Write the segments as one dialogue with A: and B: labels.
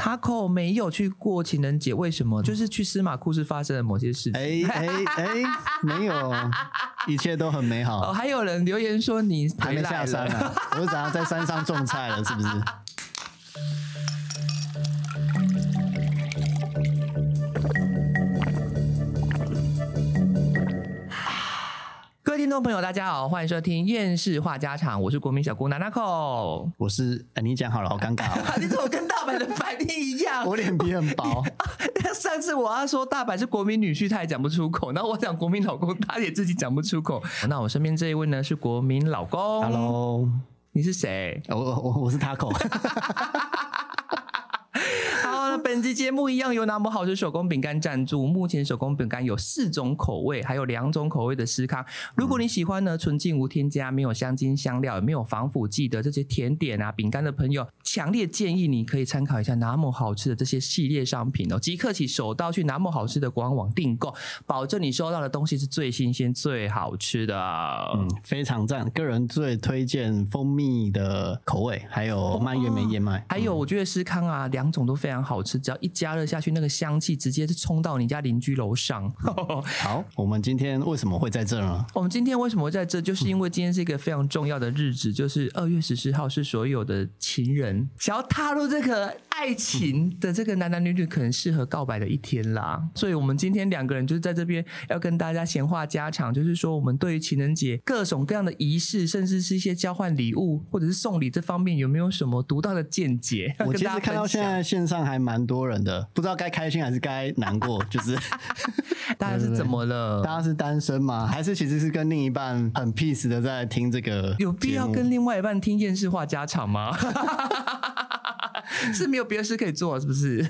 A: Taco 没有去过情人节，为什么？就是去司马库斯发生了某些事情。
B: 嗯 哎哎哎，没有，一切都很美
A: 哦，
B: 好，
A: 还有人留言说你
B: 还
A: 回
B: 没
A: 来
B: 下山
A: 了。
B: 啊， 我是怎样在山上种菜了，是不是？
A: 各位听众朋友，大家好，欢迎收听《厌世话家常》，我是国民小姑 Nanako。
B: 我是，哎，你讲好了，好尴尬、 哦，
A: 啊你怎么跟大阪的反应一样？
B: 我脸皮很薄，
A: 上次我要说大阪是国民女婿，他也讲不出口；然后我讲国民老公，他也自己讲不出口。那我身边这一位呢是国民老公
B: Hello，
A: 你是谁？
B: 我我我我 是 Taco，
A: 好，那本期节目一样由南摩好吃手工饼干赞助。目前手工饼干有四种口味，还有两种口味的司康。如果你喜欢呢，纯净无添加，没有香精香料，也没有防腐剂的这些甜点啊、饼干的朋友，强烈建议你可以参考一下南摩好吃的这些系列商品哦。即刻起手到去南摩好吃的官网订购，保证你收到的东西是最新鲜、最好吃的。
B: 嗯，非常赞，个人最推荐蜂蜜的口味，还
A: 哦
B: 有蔓越莓燕麦，
A: 还有，我觉得思康啊，两种都非常好吃，只要一加热下去，那个香气直接是冲到你家邻居楼上。
B: 好，我们今天为什么会在这儿呢？
A: 我们今天为什么会在这？就是因为今天是一个非常重要的日子，就是二月十四号是所有的情人想要踏入这个爱情的这个男男女女可能适合告白的一天啦。所以，我们今天两个人就是在这边要跟大家闲话家常，就是说我们对于情人节各种各样的仪式，甚至是一些交换礼物或者是送礼这方面，有没有什么独到的见解？
B: 我
A: 跟
B: 其
A: 大
B: 实
A: 家
B: 看到
A: 分
B: 现
A: 享。
B: 在线上还蛮多人的，不知道该开心还是该难过，就是
A: 大家是怎么了？
B: 大家是单身吗？还是其实是跟另一半很 peace 的在听这个？
A: 有必要？跟另外一半听厌世话家常吗？ 是没有别的事可以做，啊是不是？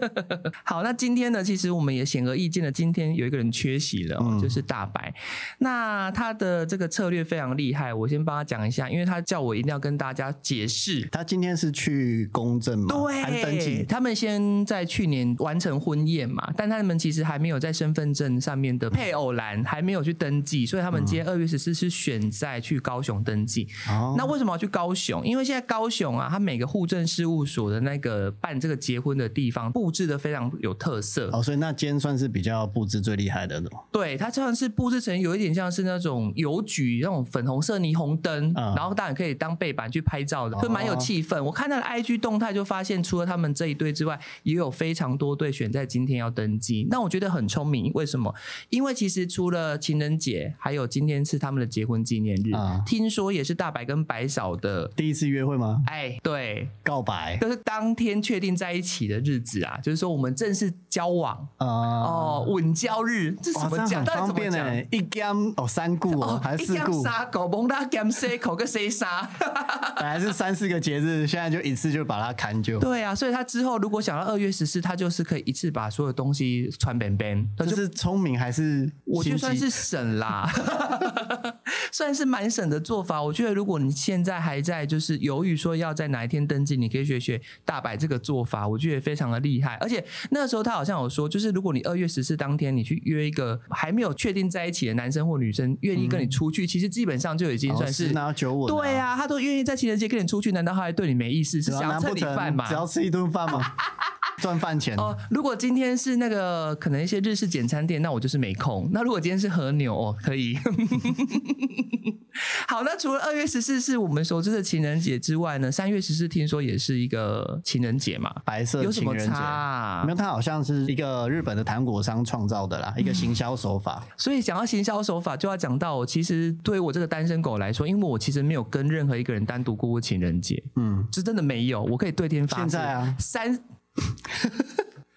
A: 好，那今天呢，其实我们也显而易见的，今天有一个人缺席了哦、就是大白。那他的这个策略非常厉害，我先帮他讲一下，因为他叫我一定要跟大家解释。
B: 他今天是去公证吗？还是登
A: 对，
B: 记？
A: 他们先在去年完成婚宴嘛，但他们其实还没有在身份证上面的配偶栏还没有去登记，所以他们今天二月十四是选在去高雄登记。
B: 哦，
A: 那为什么要去高雄？因为现在高雄啊，它每个户政事务所的那个办这个结婚的地方布置的非常有特色，
B: 哦，所以那今天算是比较布置最厉害的了。
A: 对，它算是布置成有一点像是那种邮局那种粉红色霓虹灯，
B: 嗯
A: 然后当然可以当背板去拍照的，
B: 哦
A: 会蛮有气氛。我看到的 IG 动态就发现，除了他们这一对之外，也有非常多对选在今天要登记。那我觉得很聪明，为什么？因为其实除了情人节，还有今天是他们的结婚纪念日，
B: 嗯
A: 听说也是大白跟白嫂的。
B: 第一次约会吗？
A: 哎，对，
B: 告白？
A: 就是当天确定在一起的日子啊，就是说我们正式交往
B: 啊、
A: 哦，稳交日，这
B: 哇，
A: 怎
B: 这
A: 么
B: 样
A: 讲？
B: 很
A: 到底
B: 方
A: 怎么
B: 便欸
A: 讲？
B: 呢。一 gam 哦，三顾哦，还是
A: 一
B: 四
A: 江
B: 顾？
A: 杀狗，蒙大 gam 谁口个谁杀？
B: 本来是三四个节日，现在就一次就把它砍就。
A: 对啊，所以他之后如果想到二月十四，他就是可以一次把所有东西传本本，他
B: 这
A: 就是
B: 聪明还是
A: 我就
B: 心
A: 算
B: 机
A: 是省 啦，算是蛮省的做法。我觉得如果你现在还在就是犹豫说要在哪一天登记，你可以学学大白这个做法，我觉得非常的厉害。而且那个时候他好像有说，就是如果你二月十四当天你去约一个还没有确定在一起的男生或女生愿意跟你出去，其实基本上就已经
B: 哦
A: 算嗯是
B: 十。拿九稳、
A: 对
B: 啊，
A: 啊，他都愿意在情人节跟你出去，难道他还对你没意思？是
B: 对啊
A: 想要
B: 难
A: 蹭
B: 不
A: 你饭
B: 成
A: 吗？
B: 只要吃一顿饭吗？ 赚饭钱
A: 哦，如果今天是那个可能一些日式简餐店，那我就是没空。那如果今天是和牛，哦，可以。 好，那除了二月十四是我们熟知的情人节之外呢，三月十四听说也是一个情人节嘛，
B: 白色
A: 有什
B: 情
A: 么
B: 人
A: 差、
B: 节。
A: 啊
B: 没有，？它好像是一个日本的糖果商创造的啦，一个行销手法。
A: 所以讲到行销手法，就要讲到，其实对于我这个单身狗来说，因为我其实没有跟任何一个人单独过过情人节，
B: 嗯，
A: 是真的没有，我可以对天发誓。
B: 现在啊
A: 三，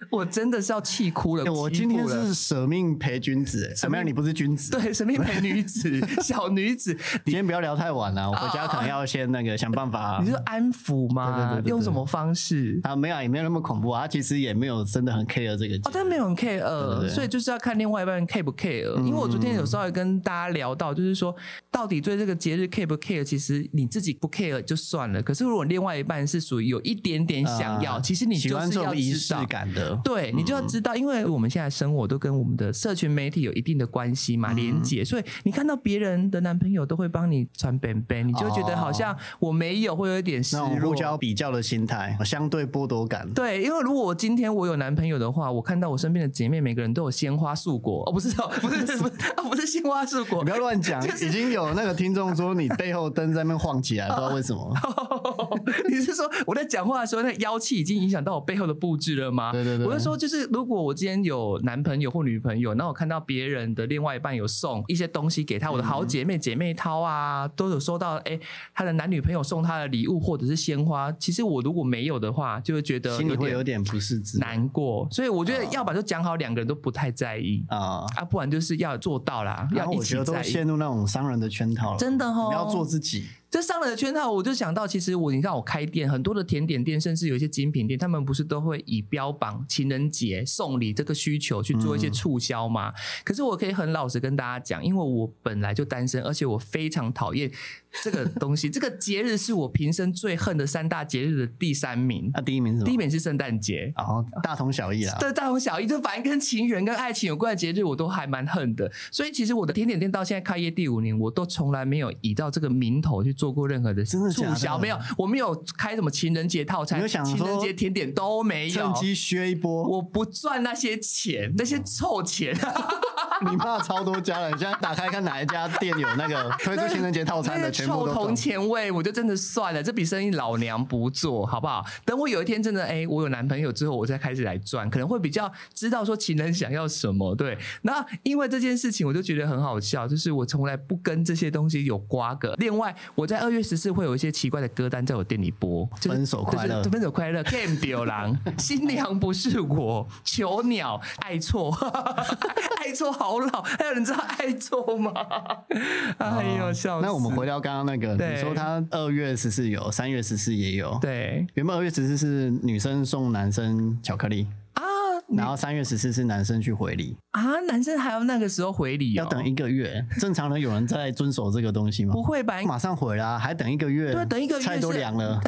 A: 我真的是要气哭了。
B: 欸我
A: 气
B: 今
A: 哭
B: 天
A: 了
B: 是舍命陪君子、欸，
A: 舍
B: 啊没有你不是君子。
A: 对，神秘美女 子、小女子，
B: 今天不要聊太晚了、我回家可能要先那个想办法、啊
A: 啊你。说安抚吗？
B: 对对对对对
A: 用什么方式？
B: 啊，没有啊，也没有那么恐怖啊，他其实也没有真的很 care 这个节
A: 哦，但没有人 care，
B: 对嗯对
A: 所以就是要看另外一半 care 不 care、因为我昨天有稍微跟大家聊到，就是说到底对这个节日 care 不 care，其实你自己不 care 就算了。可是如果另外一半是属于有一点点想要，
B: 嗯
A: 其实你
B: 喜
A: 就
B: 欢
A: 是
B: 这
A: 要
B: 种仪
A: 知
B: 式
A: 道。
B: 感的，嗯料。
A: 对你就要知道，因为我们现在生活都跟我们的社群媒体有一定的关系
B: 嗯
A: 嘛，连接，所以你看到别人的男朋友都会帮你穿本本，你就会觉得好像我没有，会有一点失
B: 哦那种
A: 落
B: 互。相比较的心态，哦相对剥夺感。
A: 哦对，因为如果我今天我有男朋友的话，我看到我身边的姐妹每个人都有鲜花素果，哦，不是，哦不是，不是，啊不是鲜花素果
B: 你不，要 乱讲，已经有那个听众说你背后灯在那边晃起来，不知道为什 么。
A: 哦你是说我在讲话的时候，那个妖气已经影响到我背后的布置了吗？
B: 对对对
A: 我是说，就是如果我今天有男朋友或女朋友，那我看到别人的另外一半有送一些东西给他，我的
B: 嗯
A: 好姐妹、姐妹淘啊，都有收到，哎，他的男女朋友送他的礼物或者是鲜花。其实我如果没有的话，就会觉得
B: 心
A: 有
B: 里会有
A: 点
B: 点哦不是滋味
A: 难过。所以我觉得，要把就讲好，两个人都不太在意
B: 啊。
A: 啊，不然就是要做到啦，
B: 然
A: 要
B: 后
A: 一
B: 啊我觉
A: 起
B: 得都
A: 在意。
B: 陷入那种商人的圈套了，
A: 真的哦
B: 你要做自己，
A: 这上了圈套，我就想到，其实我你看我开店，很多的甜点店，甚至有一些精品店，他们不是都会以标榜情人节送礼这个需求去做一
B: 嗯
A: 些促销吗？可是我可以很老实跟大家讲，因为我本来就单身，而且我非常讨厌这 个东西。这个节日是我平生最恨的三大节日的第三 名，
B: 那第一名是什
A: 第一
B: 么？
A: 名是圣诞节。
B: 然后大同小异啦。
A: 对，大同小异，就反正跟情人、跟爱情有关的节日，我都还蛮恨的。所以其实我的甜点店到现在开业第五年，我都从来没有以到这个名头去做过任何的
B: 真的
A: 促
B: 假的
A: 销，没有，我没有开什么情人节套餐
B: 你就、想说
A: 情人节甜点都没有
B: 趁。机哦削一波，
A: 我不赚那些钱，那些臭钱，
B: 你骂超多家了。你现在打开看哪一家店有 那个推出情人节套餐
A: 那
B: 的，
A: 些
B: 全部
A: 臭
B: 都
A: 铜
B: 中。
A: 钱味，我就真的算了，这笔生意老娘不做，好不好？等我有一天真的，哎、我有男朋友之后，我再开始来赚，可能会比较知道说情人想要什么。对，那因为这件事情，我就觉得很好笑，就是我从来不跟这些东西有瓜葛。另外，我在二月十四会有一些奇怪的歌单在我店里播，就是
B: 分手快乐
A: 就是分手快乐，Game 丢狼，新娘不是我，囚鸟，爱错，爱错好老，还有人知道爱错吗？哎呦，笑死！
B: 那我们回到刚刚那个，
A: 对
B: 你说他二月十四有，三月十四也有。
A: 对
B: 原本二月十四是女生送男生巧克力，
A: 啊
B: 然后三月十四是男生去回礼，
A: 啊，男生还要那个时候回礼、哦，
B: 要等一个月。正常人有人在遵守这个东西吗
A: 不？会吧？
B: 马上回啦，还等一个月？
A: 对等一个月
B: 菜都
A: 是
B: 凉了，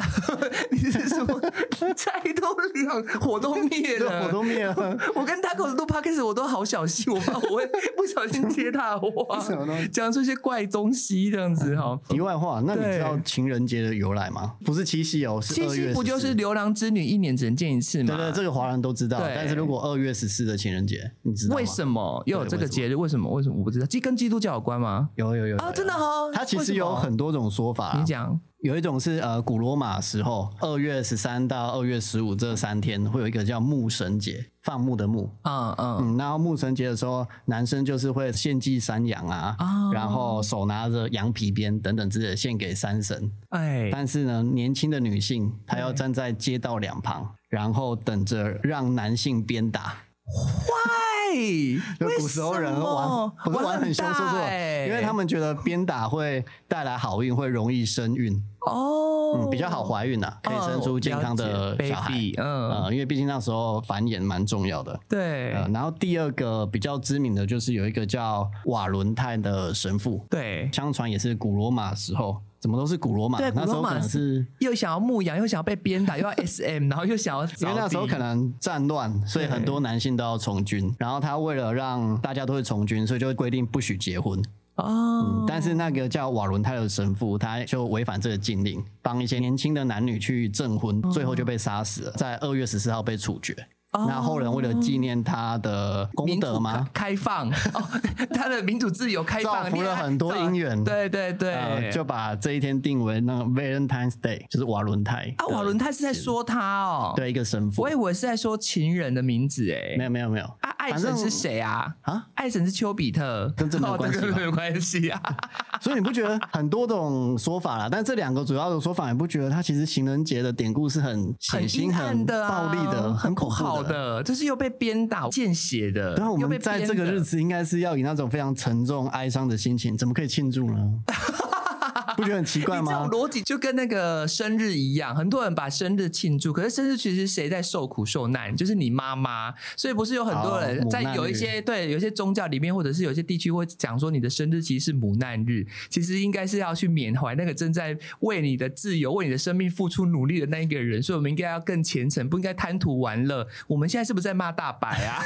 A: 你是说 菜都凉，火都灭
B: 对，
A: 了，
B: 火都灭了。
A: 我跟 Taco 录 podcast，我都好小心，我怕我会不小心接他的
B: 什么东
A: 话
B: 西，嗯
A: 讲出一些怪东西这样子哈。
B: 题外话，那你
A: 对
B: 知道情人节的由来吗？不是七夕哦，是
A: 七
B: 二月
A: 夕不就是
B: 14
A: 牛郎织女一年只能见一次吗？
B: 对对，这个华人都知道。
A: 对
B: 但是如果二月十四的情人节，你知道吗
A: 为什么又有这
B: 对
A: 个
B: 为什么
A: 节日？为什么？为什么我不知道？这跟基督教有关吗？
B: 有有有
A: 啊，真的。
B: 有
A: 哦，
B: 它其
A: 为什么
B: 实有很多种说法
A: 你
B: 啊，
A: 讲
B: 有一种是呃古罗马时候二月十三到二月十五这三天会有一个叫牧神节，放牧的牧，
A: 嗯嗯
B: 嗯，然后牧神节的时候，男生就是会献祭山羊啊，
A: 哦
B: 然后手拿着羊皮鞭等等之类的献给山神。
A: 哎，
B: 但是呢，年轻的女性她要站在街道两旁，然后等着让男性鞭打。
A: 坏，
B: 就
A: 为
B: 古时候人
A: 什
B: 玩
A: 么，
B: 不是玩很凶，
A: 大
B: 说错了，
A: 欸
B: 因为他们觉得鞭打会带来好运，会容易生孕，
A: 哦、
B: 嗯，比较好怀孕啊，可以生出健康的小
A: 哦
B: 孩
A: 了。解 baby，嗯、
B: 呃，因为毕竟那时候繁衍蛮重要的。
A: 对、
B: 呃，然后第二个比较知名的就是有一个叫瓦伦泰的神父，
A: 对，
B: 相传也是古罗马时候，怎么都是古罗马，
A: 对古
B: 那时
A: 罗
B: 候
A: 马
B: 可能是。
A: 又想要牧羊，又想要被鞭打，又要 SM，然后又想要
B: 因为那时候可能战乱，所以
A: 对
B: 很多男性都要从军。然后他为了让大家都会从军，所以就规定不许结婚。
A: 哦、
B: 嗯，但是那个叫瓦伦泰的神父，他就违反这个禁令，帮一些年轻的男女去证婚，最后就被杀死了，在二月十四号被处决。
A: 哦
B: 那后人为了纪念他的功
A: 民主
B: 嗯德吗？
A: 开开放哦， 他的民主自由开放，
B: 造福
A: 你
B: 了
A: 看
B: 很多
A: 造
B: 姻缘
A: 对对对，
B: 呃，就把这一天定为那个 Valentine's Day，就是瓦伦泰
A: 啊，
B: 的
A: 瓦伦泰是在说他哦，，
B: 对一个神父
A: 我以。为是在说情人的名字哎，
B: 没有没有没有
A: 啊，爱
B: 反
A: 神
B: 正
A: 是谁啊？
B: 啊，
A: 爱神是丘比特，
B: 跟这没有
A: 哦
B: 关系吧
A: 跟没有关系啊。
B: 所以你不觉得很多种说法啦？但这两个主要的说法，你不觉得它其实情人节的典故是很 血
A: 很
B: 腥、
A: 阴暗
B: 很
A: 的、啊、
B: 暴力的、
A: 很
B: 恐
A: 不
B: 怖
A: 好？的，就是又被鞭打、见血的。
B: 然后我
A: 又被
B: 们在
A: 鞭
B: 这个
A: 的
B: 日，子应该是要以那种非常沉重、哀伤的心情，怎么可以庆祝呢？不觉得很奇怪
A: 你这种
B: 吗？
A: 逻辑就跟那个生日一样，很多人把生日庆祝，可是生日其实谁在受苦受难，就是你妈妈。所以不是有很多
B: 哦
A: 人
B: 母
A: 在
B: 难
A: 有一
B: 日
A: 些对有一些宗教里面，或者是有一些地区会讲说你的生日其实是母难日，其实应该是要去缅怀那个正在为你的自由、为你的生命付出努力的那一个人。所以我们应该要更虔诚，不应该贪图玩乐。我们现在是不是在骂大白啊？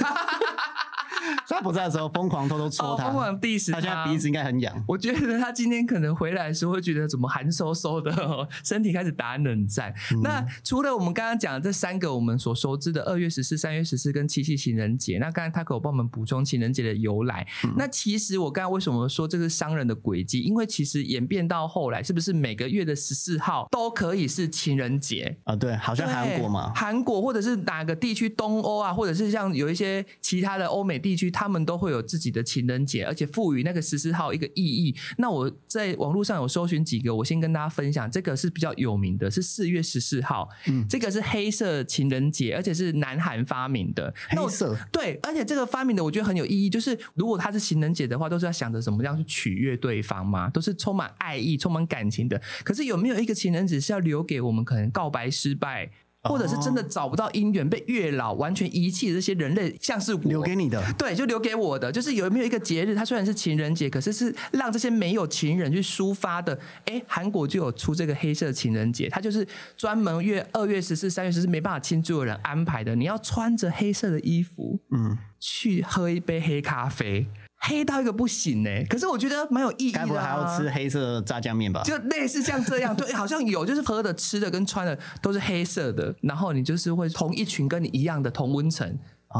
B: 他不在的时候疯狂偷偷
A: 哦
B: 戳他，
A: 疯狂 diss
B: 他现在鼻子应该很痒。
A: 我觉得他今天可能回来的时候会觉得怎么寒飕飕的、 哦，身体开始打冷战。那除了我们刚刚讲的这三个我们所熟知的二月十四、三月十四跟七夕情人节，那刚才他给我帮我们补充情人节的由来。那其实我刚刚为什么说这是商人的轨迹？因为其实演变到后来，是不是每个月的十四号都可以是情人节？
B: 啊，对，好像韩国嘛
A: 对，韩国或者是哪个地区，东欧啊，或者是像有一些其他的欧美地区，他们都会有自己的情人节，而且赋予那个十四号一个意义。那我在网络上有搜寻几个，我先跟大家分享，这个是比较有名的，是四月十四号，
B: 嗯
A: 这个是黑色情人节，而且是南韩发明的。那
B: 黑
A: 我
B: 色
A: 对，而且这个发明的我觉得很有意义，就是如果他是情人节的话，都是要想着怎么样去取悦对方嘛，都是充满爱意、充满感情的。可是有没有一个情人节是要留给我们可能告白失败，或者是真的找不到姻缘、被月老完全遗弃的这些人类，像是我
B: 留给你的，
A: 对，就留给我的，就是有没有一个节日，它虽然是情人节，可是是让这些没有情人去抒发的。诶，韩国就有出这个黑色情人节，它就是专门月二月十四、三月十四没办法庆祝的人安排的。你要穿着黑色的衣服
B: 嗯，
A: 去喝一杯黑咖啡，黑到一个不行呢、可是我觉得蛮有意义的、
B: 该
A: 啊。
B: 不会还要吃黑色的炸酱面吧？
A: 就类似像这样，对，好像有，就是喝的、吃的跟穿的都是黑色的，然后你就是会同一群跟你一样的同温层、
B: 哦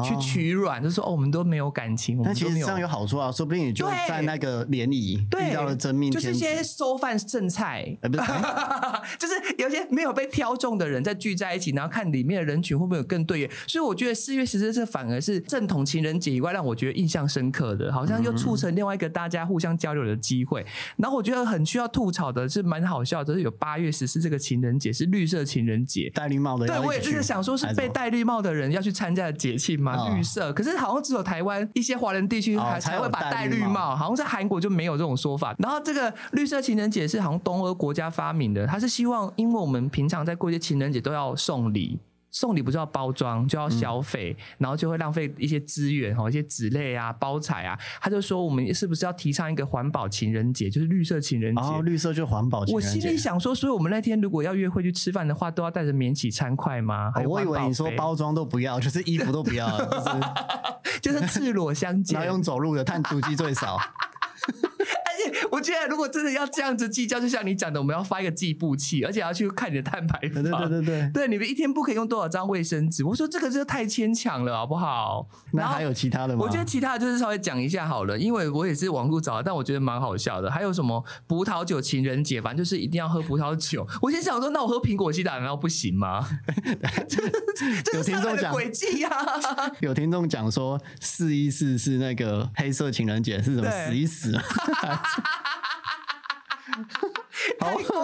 A: 去取暖，就说哦，我们都没有感情，我
B: 但
A: 们
B: 其
A: 都
B: 实
A: 没
B: 这样有
A: 有。
B: 好处啊，说不定你就
A: 对
B: 在那个联谊
A: 对，
B: 遇到了真命
A: 就是
B: 天
A: 一些
B: 子，
A: 收饭剩菜，
B: 哎，不是，哎
A: 就是有些没有被挑中的人在聚在一起，然后看里面的人群会不会有更对眼。所以我觉得四月十四这反而是正统情人节以外，让我觉得印象深刻的，好像又促成另外一个大家互相交流的机会。然后我觉得很需要吐槽的是，蛮好笑的，是有八月十四这个情人节是绿色情人节。
B: 戴绿帽的
A: 对，
B: 要一起去，
A: 我也就是想说，是
B: 还
A: 被
B: 什么
A: 戴绿帽的人要去参加的节庆嘛，
B: 哦
A: 绿色。可是好像只有台湾一些华人地区
B: 哦
A: 还
B: 才
A: 才
B: 有
A: 会把戴
B: 戴
A: 绿
B: 绿
A: 帽，好像在韩国就没有这种说法。然后这个绿色情人节是好像东欧国家发明的，它是希望，因为我们平常在过节情人节都要送礼。送礼不是要包装，
B: 嗯
A: 就要消费，然后就会浪费一些资源哦，一些纸类啊、包材啊。他就说，我们是不是要提倡一个环保情人节，就是绿色情人节？
B: 哦，绿色就环保情
A: 我
B: 人
A: 心
B: 节
A: 里。想说，所以我们那天如果要约会去吃饭的话，都要带着免洗餐筷吗？还
B: 哦
A: 有
B: 我以为你说
A: 环保
B: 包装都不要， 就是衣服都不要， 就是
A: 杯，就是赤裸相见。
B: 然
A: 而
B: 后用走路的，碳足迹 最少。
A: 且我觉得，如果真的要这样子计较，就像你讲的，我们要发一个计步器，而且要去看你的蛋白
B: 对
A: 肪。
B: 对对对对。
A: 对你们一天不可以用多少张卫生纸？我说这个就太牵强了，好不好？
B: 那
A: 然后
B: 还有其他的吗？
A: 我觉得其他的就是稍微讲一下好了，因为我也是网络找的，但我觉得蛮好笑的。还有什么葡萄酒情人节，反正就是一定要喝葡萄酒。我先想说，那我喝苹果西打难道不行 吗？这
B: 有
A: 是啊
B: 听
A: 商
B: 众
A: 人的
B: 讲，
A: 轨迹呀、
B: 有听众讲说四一四是那个黑色情人节，是什么
A: 对哦
B: 死一死？
A: 太过
B: 好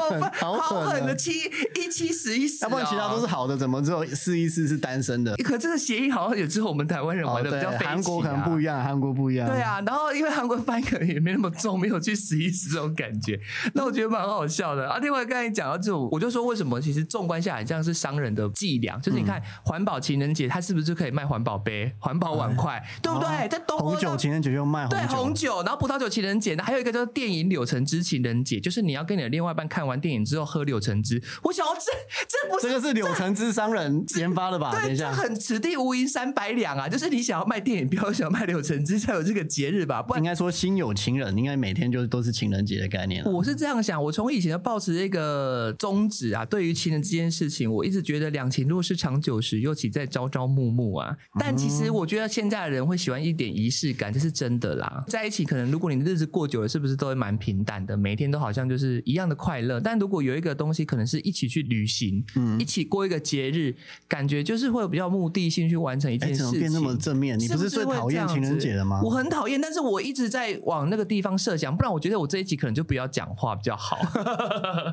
A: 分
B: 狠，好
A: 好狠
B: 狠
A: 的
B: 啊！
A: 七一七十一十、
B: 要不然其他都是。好的，怎么只有四一四是单身的？
A: 可这个谐音好像也只有我们台湾人玩
B: 哦，
A: 的比
B: 对
A: 较，飞、啊
B: 韩国可能不一
A: 样。
B: 样，韩国不一样。
A: 对，啊，然后因为韩国翻译可能也没那么重，没有去死一死这种感 觉，那我觉得蛮好笑的啊。另外刚才讲到这种，我就说为什么其实纵观下来，这样是商人的伎俩，就是你
B: 嗯
A: 看环保情人节，它是不是就可以卖环保杯、环保碗筷，对不对？
B: 哦
A: 在东欧
B: 红酒
A: 那
B: 情人节就卖
A: 对红
B: 红酒，
A: 酒，然后葡萄酒情人节，那还有一个叫电影《柳橙汁情人节》，就是你要跟你的另外一半看完电影之后喝柳橙汁。我想要这这不是
B: 这个是柳橙汁商人研发的吧？啊等
A: 对，
B: 一
A: 这
B: 下，
A: 很此地无银三百两啊！就是你想要卖电影票，想要卖柳橙汁，才有这个节日吧？不然
B: 应该说心有情人，应该每天就都是情人节的概念了。
A: 我是这样想，我从以前就抱持这个宗旨啊，对于情人这件事情，我一直觉得两情若是长久时，又岂在朝朝暮暮啊？但其
B: 嗯
A: 实我觉得现在的人会喜欢一点仪式感，这是真的啦。在一起可能如果你的日子过久了，是不是都会蛮平淡的？每天都好像就是一样的快乐。但如果有一个东西，可能是一起去旅行，
B: 嗯
A: 一起过一个节日，感觉就是会有比较目的性去完成一
B: 哎、
A: 件事
B: 怎
A: 情。
B: 么变那么正面？你
A: 不
B: 是最
A: 会
B: 讨
A: 这
B: 厌
A: 样
B: 情人
A: 子
B: 节的吗？
A: 我很讨厌，但是我一直在往那个地方设想，不然我觉得我这一集可能就不要讲话比较 好。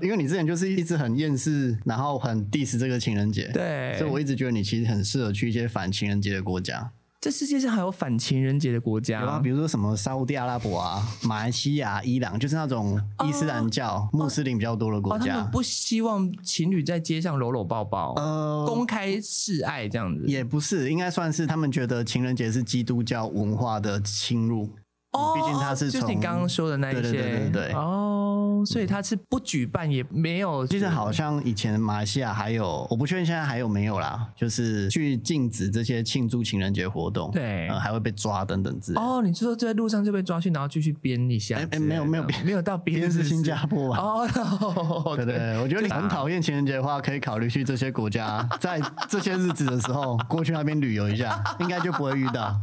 B: 因为你之前就是一直很厌世，然后很 diss 这个情人节，，
A: 对，
B: 所以我一直觉得你其实很适合去一些反情人节的国家。
A: 这世界上还有反情人节的国家
B: 有啊，比如说什么沙烏地阿拉伯啊、 马来西亚、伊朗，就是那种伊斯兰教、穆斯林比较多的国
A: 哦哦，他
B: 家，
A: 们不希望情侣在街上搂搂抱抱，
B: 呃
A: 公开示爱这样子。
B: 也不是，应该算是他们觉得情人节是基督教文化的侵入。
A: 哦，
B: 毕竟它是
A: 就是
B: 从
A: 你刚刚说的那一些，
B: 对对对对对嗯
A: 哦，所以他是不举办也没有，
B: 其实好像以前马来西亚还有，我不确定现在还有没有啦，就是去禁止这些庆祝情人节活动，
A: 对
B: 呃还会被抓等等之类的。
A: 哦，你说在路上就被抓去，然后继续编一下之类的，
B: 哎哎没有没有 编
A: 没有到编，
B: 是
A: 不
B: 新加坡吧？
A: 哦，
B: 对对对，我觉得你很讨厌情人节的话，可以考虑去这些 国家，在这些日子的时候过去那边旅游 一下，应该就不会遇到。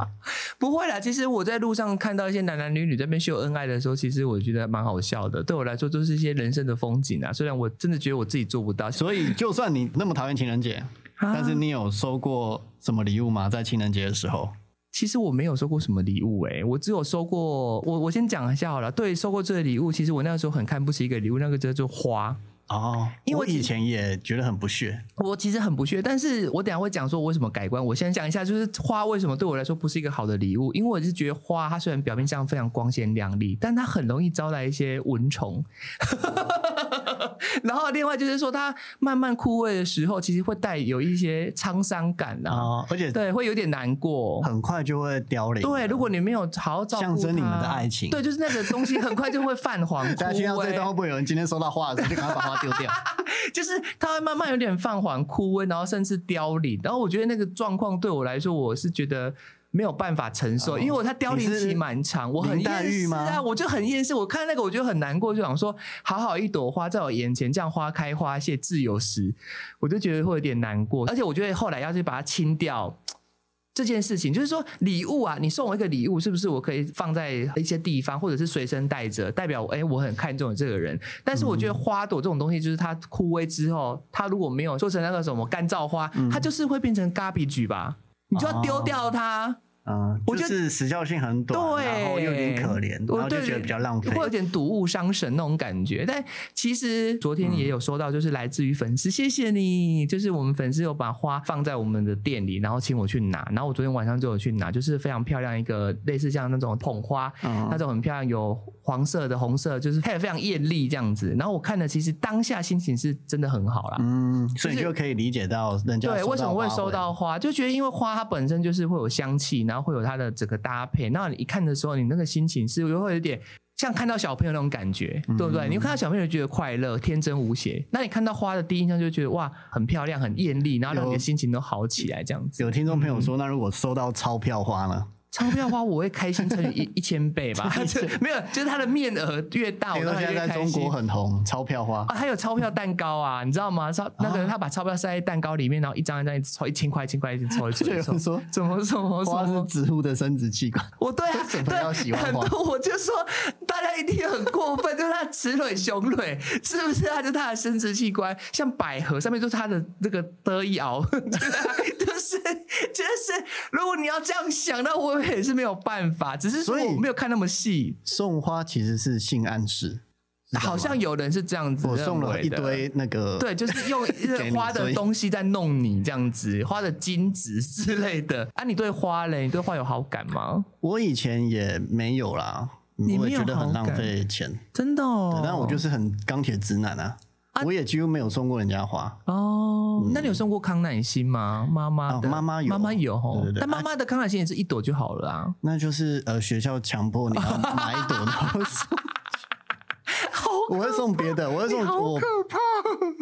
A: 不会啦。其实我在路上看到一些男男女女在那边秀恩爱的时候，其实我觉得蛮好笑的。对我来说，都是一些人生的风景啊。虽然我真的觉得我自己做不到，
B: 所以，就算你那么讨厌情人节，
A: 啊
B: 但是你有收过什么礼物吗？在情人节的时候，
A: 其实我没有收过什么礼物、欸，我只有收过，我我先讲一下好了。对，收过这个礼物，其实我那个时候很看不起一个礼物，那个叫做花。
B: 哦，
A: 因为
B: 我以前也觉得很不屑，
A: 我其实很不屑，但是我等一下会讲说我为什么改观。我先讲一下，就是花为什么对我来说不是一个好的礼物，因为我是觉得花它虽然表面上非常光鲜亮丽，但它很容易招来一些蚊虫。然后另外就是说，它慢慢枯萎的时候，其实会带有一些沧桑感啊，
B: 哦，而且
A: 对，会有点难过。
B: 很快就会凋零。
A: 对，如果你没有好好照顾它，
B: 象征你们的爱情
A: 对，就是那个东西很快就会泛黄 枯
B: 大家听到这
A: 萎
B: 段，会不会有人今天收到花的时候就赶快把花丢 掉？
A: 就是它会慢慢有点泛黄枯萎，然后甚至凋零。然后我觉得那个状况对我来说，我是觉得。没有办法承受，
B: 哦
A: 因为我它凋零
B: 你是
A: 期蛮长，我很
B: 林黛
A: 厌
B: 玉
A: 世
B: 吗
A: 啊，我就很厌世。我看那个我就很难过，就想说，好好一朵花在我眼前，这样花开花谢自由时，我就觉得会有点难过。而且我觉得后来要去把它清掉，这件事情，就是说礼物啊，你送我一个礼物，是不是我可以放在一些地方，或者是随身带着，代表哎、我很看重你这个人。但是我觉得花朵这种东西，就是它枯萎之后，它如果没有做成那个什么干燥花，它就是会变成 garbage 吧，你就要丢掉它。
B: 嗯，
A: 我
B: 就
A: 觉得
B: 是时效性很短，
A: 对，
B: 然后又有点可怜，
A: 我
B: 然后就
A: 对
B: 觉得比较浪费
A: 会。有点睹物伤神那种感觉。但其实昨天
B: 嗯
A: 也有收到，就是来自于粉丝，谢谢你，就是我们粉丝有把花放在我们的店里，然后请我去拿，然后我昨天晚上就有去拿，就是非常漂亮一个类似像那种捧花，
B: 嗯
A: 那种很漂亮，有黄色的、红色，就是它也非常艳丽这样子。然后我看了，其实当下心情是真的很好啦。
B: 嗯，所
A: 就
B: 以你
A: 是
B: 就可以理解到人家
A: 对，为什么会收到
B: 花
A: 花？就觉得因为花它本身就是会有香气，然后会有它的整个搭配。那你一看的时候，你那个心情是又会有点像看到小朋友那种感觉，对不对？你看到
B: 嗯
A: 小朋友就觉得快乐、天真无邪，那你看到花的第一印象就觉得哇，很漂亮、很艳丽，然后让你的
B: 有
A: 心情都好起来，这样
B: 回？
A: 子。
B: 有听众朋友说，那如果收到钞票花呢？
A: 钞票花我会开心乘 以一一千倍吧，就 没有，就是它的面额越大，啊我
B: 听
A: 当
B: 说
A: 然
B: 现
A: 越
B: 在在
A: 开
B: 中
A: 心
B: 国。很红，钞票花
A: 啊，。还有钞票蛋糕啊，你知道吗？钞那个
B: 啊
A: 他把钞票塞在蛋糕里面，然后一张一张一直抽，一千块一千块一直抽一直
B: 就
A: 抽
B: 有
A: 一直抽
B: 人。说
A: 怎么怎么怎
B: 花是
A: 么？
B: 植物的生殖器官。
A: 我对啊，
B: 为什么要喜欢
A: 对
B: 花
A: 很多我就说大家一定很过分，就是他雌蕊、雄蕊，是不是？他就是他的生殖器官，像百合上面就是他的那个得意螯， 就是就是，如果你要这样想，那我也是没有办法，只是说
B: 所以
A: 我没有看那么细，
B: 送花其实是性暗示，知道吗
A: 好像有人是这样子
B: 我送
A: 认
B: 了
A: 为
B: 一
A: 的
B: 堆那个，
A: 对，就是 用
B: 给你
A: 花的
B: 追
A: 东西在弄你这样子，花的精子之类的。啊，你对花嘞？你对花有好感吗？
B: 我以前也没有啦，
A: 你
B: 我
A: 没
B: 也
A: 有
B: 觉得
A: 好
B: 很浪
A: 感
B: 费钱。
A: 真的哦
B: 对，但我就是很钢铁直男啊
A: 啊，
B: 我也几乎没有送过人家花。
A: 哦，那你有送过康乃馨吗？妈妈的，
B: 嗯哦妈妈有
A: 妈妈有哦。
B: 对对对
A: 但妈妈的康乃馨也是一朵就好了啊，
B: 那就是呃，学校强迫你要买一朵，然后送。
A: 好
B: 我会送别的，我会送我
A: 怕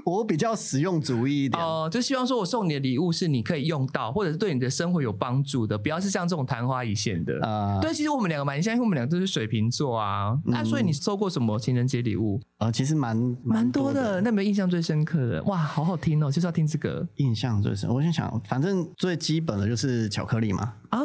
B: 我比较实用主义一点。
A: 哦！就希望说我送你的礼物是你可以用到，或者是对你的生活有帮助的，不要是像这种昙花一现的。
B: 呃
A: 对，其实我们两个蛮像，因为我们两个都是水瓶座啊。
B: 嗯
A: 那、所以你收过什么情人节礼物？
B: 呃，其实蛮
A: 蛮多
B: 多
A: 的，那有没有印象最深刻的？哇，好好听哦，就是要听这个
B: 印象最深，我先想，反正最基本的就是巧克力嘛，
A: 啊！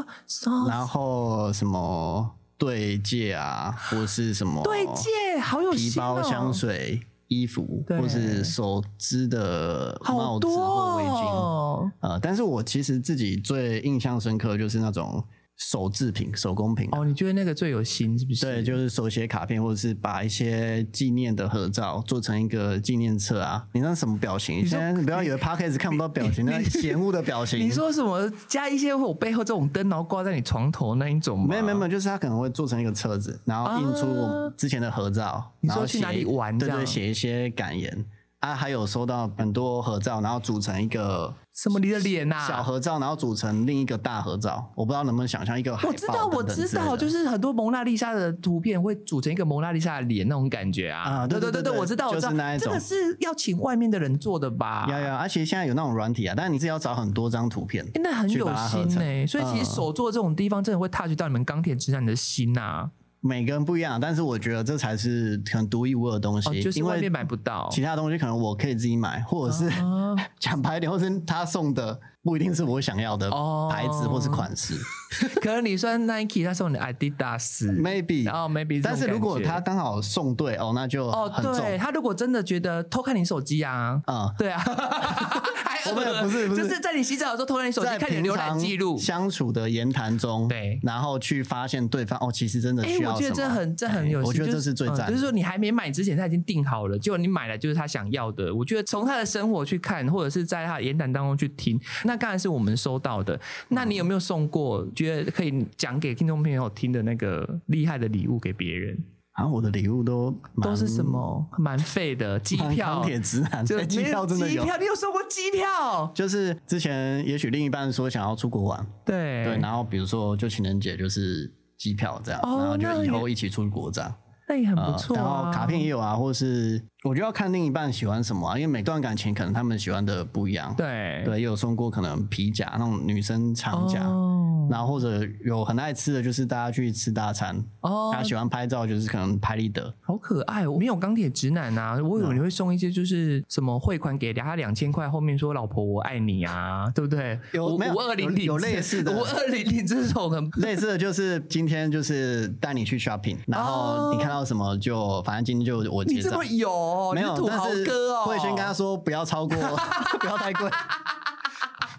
A: 哦
B: 然后什么对戒啊，或是什么
A: 对戒，好有
B: 皮
A: 心
B: 包、
A: 哦，
B: 香水、衣服，
A: 对
B: 或是手织的
A: 好
B: 帽子
A: 多
B: 或围巾。
A: 哦。
B: 呃，但是我其实自己最印象深刻的就是那种手制品、手工品。啊
A: 哦，你觉得那个最有心是不是？
B: 对，就是手写卡片，或者是把一些纪念的合照做成一个纪念册啊。你那什么表情？你
A: 说
B: 现在你不要以为 podcast 看不到表情，那嫌恶的表情。
A: 你说什么加一些我背后这种灯，然后挂在你床头那一种吗？
B: 没有没有没有，就是他可能会做成一个册子，然后印出我
A: 啊
B: 们之前的合照，
A: 你
B: 然后
A: 说去哪里
B: 写
A: 玩
B: 对
A: 这
B: 对，
A: 样
B: 写一些感言啊，还有收到很多合照，然后组成一个
A: 什么你的脸啊呐、
B: 小合照，然后组成另一个大合照，我不知道能不能想象一个海
A: 我
B: 报
A: 知道，我
B: 等等之
A: 知
B: 类的
A: 道，就是很多蒙娜丽莎的图片会组成一个蒙娜丽莎的脸那种感觉啊。
B: 啊
A: 对
B: 对
A: 对
B: 对对
A: 我知道，我
B: 就
A: 知
B: 是
A: 道，
B: 那一
A: 这个
B: 种
A: 是要请外面的人做的吧？
B: 有有，而且啊现在有那种软体啊，但是你自己要找很多张图片
A: 诶，那很
B: 去
A: 有
B: 把它合
A: 心
B: 成嗯
A: 呢、所以其实手做这种地方真的会 touch 到你们钢铁直男的心啊呐、
B: 每个人不一样，但是我觉得这才是很独一无二的东西，
A: 哦，就是
B: 因
A: 外面
B: 为
A: 买不到。
B: 其他东西可能我可以自己买，或者是、
A: 啊
B: 讲白一点，或是他送的不一定是我想要的
A: 哦
B: 牌子或是款式、
A: 可能你算 Nike，他送你 Adidas，
B: m a y b
A: 然
B: e
A: 后 maybe 这种
B: 但是如果
A: 感觉
B: 他刚好送对哦，那就
A: 哦，
B: 很
A: 对
B: 重。
A: 他如果真的觉得偷看你手机啊，
B: 啊、
A: 对啊， 还
B: 我们
A: 恶
B: 不是不是
A: 就是在你洗澡的时候偷看你手机，
B: 在
A: 看你的
B: 平
A: 浏览
B: 常
A: 记录。
B: 相处的言谈中，
A: 对
B: 然后去发现对方哦，其实真的
A: 哎、
B: 需要
A: 我
B: 什
A: 觉得
B: 么？
A: 这很这很
B: 哎
A: 有趣，
B: 我觉得
A: 就
B: 这是最
A: 嗯
B: 赞的、
A: 就是说你还没买之前他已经定好了，结果你买了就是他想要的。我觉得从他的生活去看，或者是在他的言谈当中去听，那当然是我们收到的。那你有没有送过觉得可以讲给听众朋友听的那个厉害的礼物给别人？
B: 啊，我的礼物都蛮
A: 都是什？么蛮废的机
B: 蛮
A: 票
B: 钢，铁直男，
A: 就
B: 哎机票真的
A: 机
B: 有。
A: 票，你有收过机票？
B: 就是之前也许另一半说想要出国玩，
A: 对
B: 对，然后比如说就情人节就是机票这样，
A: 哦
B: 然后
A: 那
B: 就以
A: 也
B: 后一起出国这样。
A: 那也很
B: 呃
A: 不错、啊
B: 然后卡片也有啊，或是我就要看另一半喜欢什么啊，因为每段感情可能他们喜欢的不一样。
A: 对
B: 对，也有送过可能皮夹那种女生长夹，
A: 哦
B: 然后或者有很爱吃的就是大家去吃大餐，
A: 哦
B: 他喜欢拍照就是可能拍立得。
A: 好可爱、哦！没有钢铁直男啊，我以为你会送一些就是什么汇款给他两千块，后面说“老婆我爱你”啊，对不对？
B: 有
A: 五
B: 没有
A: 五二零零
B: 有有类似的
A: 五二零零这种 很
B: 类似的就是今天就是带你去 shopping，然后你看到什么就反正今天就我
A: 哦你
B: 结
A: 这
B: 账
A: 么，有哦，
B: 没
A: 你
B: 有，
A: 土豪
B: 但是
A: 哥哦，
B: 会先跟他说不要超过， 不要太贵。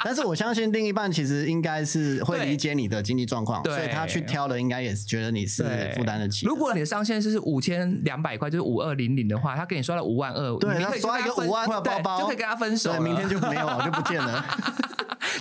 B: 但是我相信另一半其实应该是会
A: 对
B: 理解你的经济状况，
A: 对
B: 所以他去挑的应该也是觉得你是
A: 对
B: 负担得起的。
A: 如果你的上限是五千两百块，就是五二零零的话，他给你刷了五万二，
B: 对
A: 你
B: 他
A: 可以
B: 刷一个
A: 跟他分
B: 5万块
A: 对
B: 包包
A: 就可以跟他分手
B: 对，
A: 了，
B: 明天就没有了，就不见了。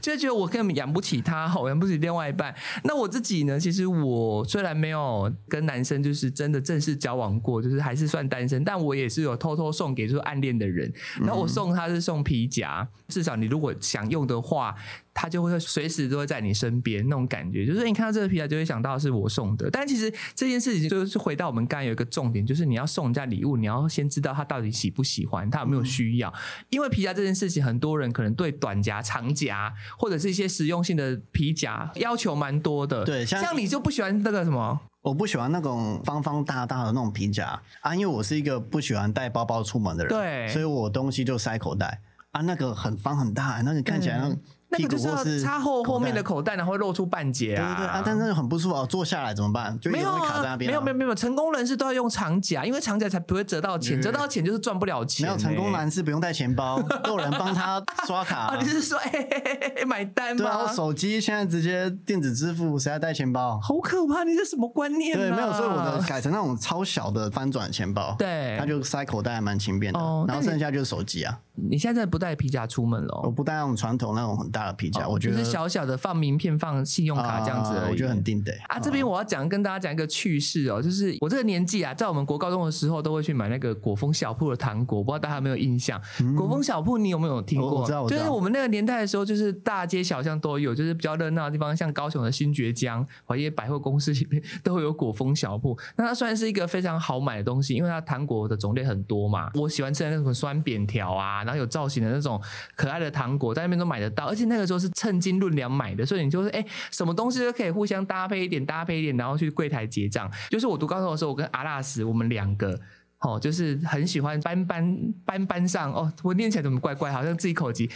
A: 就会觉得我根本养不起他，好养不起另外一半。那我自己呢？其实我虽然没有跟男生就是真的正式交往过，就是还是算单身，但我也是有偷偷送给就是暗恋的人。然后我送他是送皮夹，至少你如果想用的话，他就会随时都会在你身边那种感觉。就是你看到这个皮夹就会想到是我送的。但其实这件事情就是回到我们刚才有一个重点，就是你要送人家礼物，你要先知道他到底喜不喜欢，他有没有需要。因为皮夹这件事情，很多人可能对短夹、长夹或者是一些实用性的皮夹要求蛮多的。
B: 对
A: 像
B: 像
A: 你就不喜欢那个什么
B: 我不喜欢那种方方大大的那种皮夹啊，因为我是一个不喜欢带包包出门的人，
A: 对
B: 所以我东西就塞口袋啊，那个很方很大，那个看起来像
A: 嗯那
B: 屁
A: 个就
B: 股
A: 是
B: 或
A: 要
B: 是
A: 插后后面的
B: 口
A: 口袋，然后会露出半截
B: 袋，
A: 啊。
B: 对对对啊，但是很不舒服啊，坐下来怎么办？就一
A: 没
B: 直
A: 有
B: 会
A: 啊
B: 卡在那边
A: 没
B: 啊、
A: 有没有没有，成功人士都要用长夹，因为长夹才不会折到钱，
B: 嗯
A: 折到钱就是赚不了钱、
B: 没有成
A: 欸
B: 功男士不用带钱包，都有人帮他刷卡、
A: 啊！你是说哎、嘿嘿嘿买单
B: 对啊，
A: 吗？
B: 手机现在直接电子支付，谁还带钱包？
A: 好可怕！你这什么观念、啊？
B: 对，没有，所以我的改成那种超小的翻转钱包，
A: 对
B: 它就塞口袋还蛮轻便的，
A: 哦
B: 然
A: 那
B: 后
A: 你
B: 剩下就是手机啊。
A: 你现在真的不带皮夹出门了哦、
B: 我不带那种传统那种很大的皮夹，我觉
A: 就
B: 得
A: 哦是小小的放名片、放信用卡这样子而已。
B: 啊我觉得很定得
A: 啊，这边我要讲跟大家讲一个趣事哦，就是我这个年纪啊，在我们国高中的时候都会去买那个果风小铺的糖果，不知道大家有没有印象？果风小铺你有没有听过？
B: 我我知道我知道
A: 就是我们那个年代的时候，就是大街小巷都有，就是比较热闹的地方，像高雄的新爵江、华业百货公司里面都会有果风小铺。那它算是一个非常好买的东西，因为它糖果的种类很多嘛。我喜欢吃的那种酸扁条啊，然后有造型的那种可爱的糖果，在那边都买得到。而且那个时候是称斤论两买的，所以你就是哎、什么东西都可以互相搭配一点，搭配一点，然后去柜台结账。就是我读高中的时候，我跟阿拉斯我们两个。哦，就是很喜欢班班班班上哦，我念起来怎么怪怪，好像自己口 疾。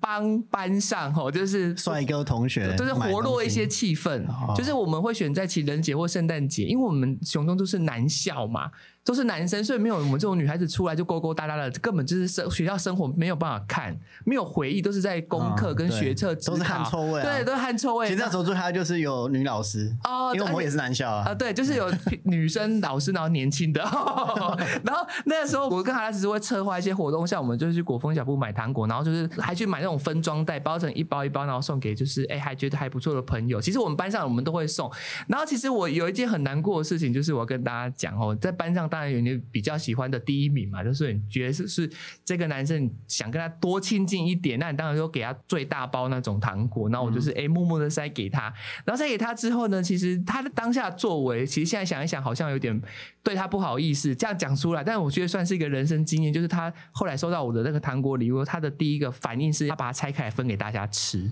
A: 帮班上哦，就是
B: 帅哥同学
A: 就是活络一些气氛
B: 哦，
A: 就是我们会选在情人节或圣诞节，因为我们雄中都是男校嘛，都是男生，所以没有我们这种女孩子出来就勾勾搭搭的，根本就是生学校生活没有办法看，没有回忆，都是在功课
B: 嗯
A: 跟
B: 对
A: 学测、
B: 都是
A: 指考
B: 汗臭味啊
A: 对，都是汗臭味。
B: 其实那时候最害怕就是有女老师，
A: 哦，
B: 因为我
A: 而
B: 们
A: 且
B: 也是男校
A: 啊，
B: 啊，
A: 对，就是有女 生老师，然后年轻的，然后那时候我跟他只是会策划一些活动，像我们就是去果风小部买糖果，然后就是还去买那种分装袋，包成一包一包，然后送给就是哎还觉得还不错的朋友。其实我们班上我们都会送。然后其实我有一件很难过的事情，就是我要跟大家讲哦，在班上当然有你比较喜欢的第一名嘛，就是你觉得是是这个男生想跟他多亲近一点，那你当然就给他最大包那种糖果。然后我就是哎默默的塞给他，然后塞给他之后呢，其实他的当下作为，其实现在想一想，好像有点对他不好意思这样讲出来，但我觉得算是一个人生经验，就是他后来收到我的那个糖果礼物，他的第一个反应是他把它拆开来分给大家吃，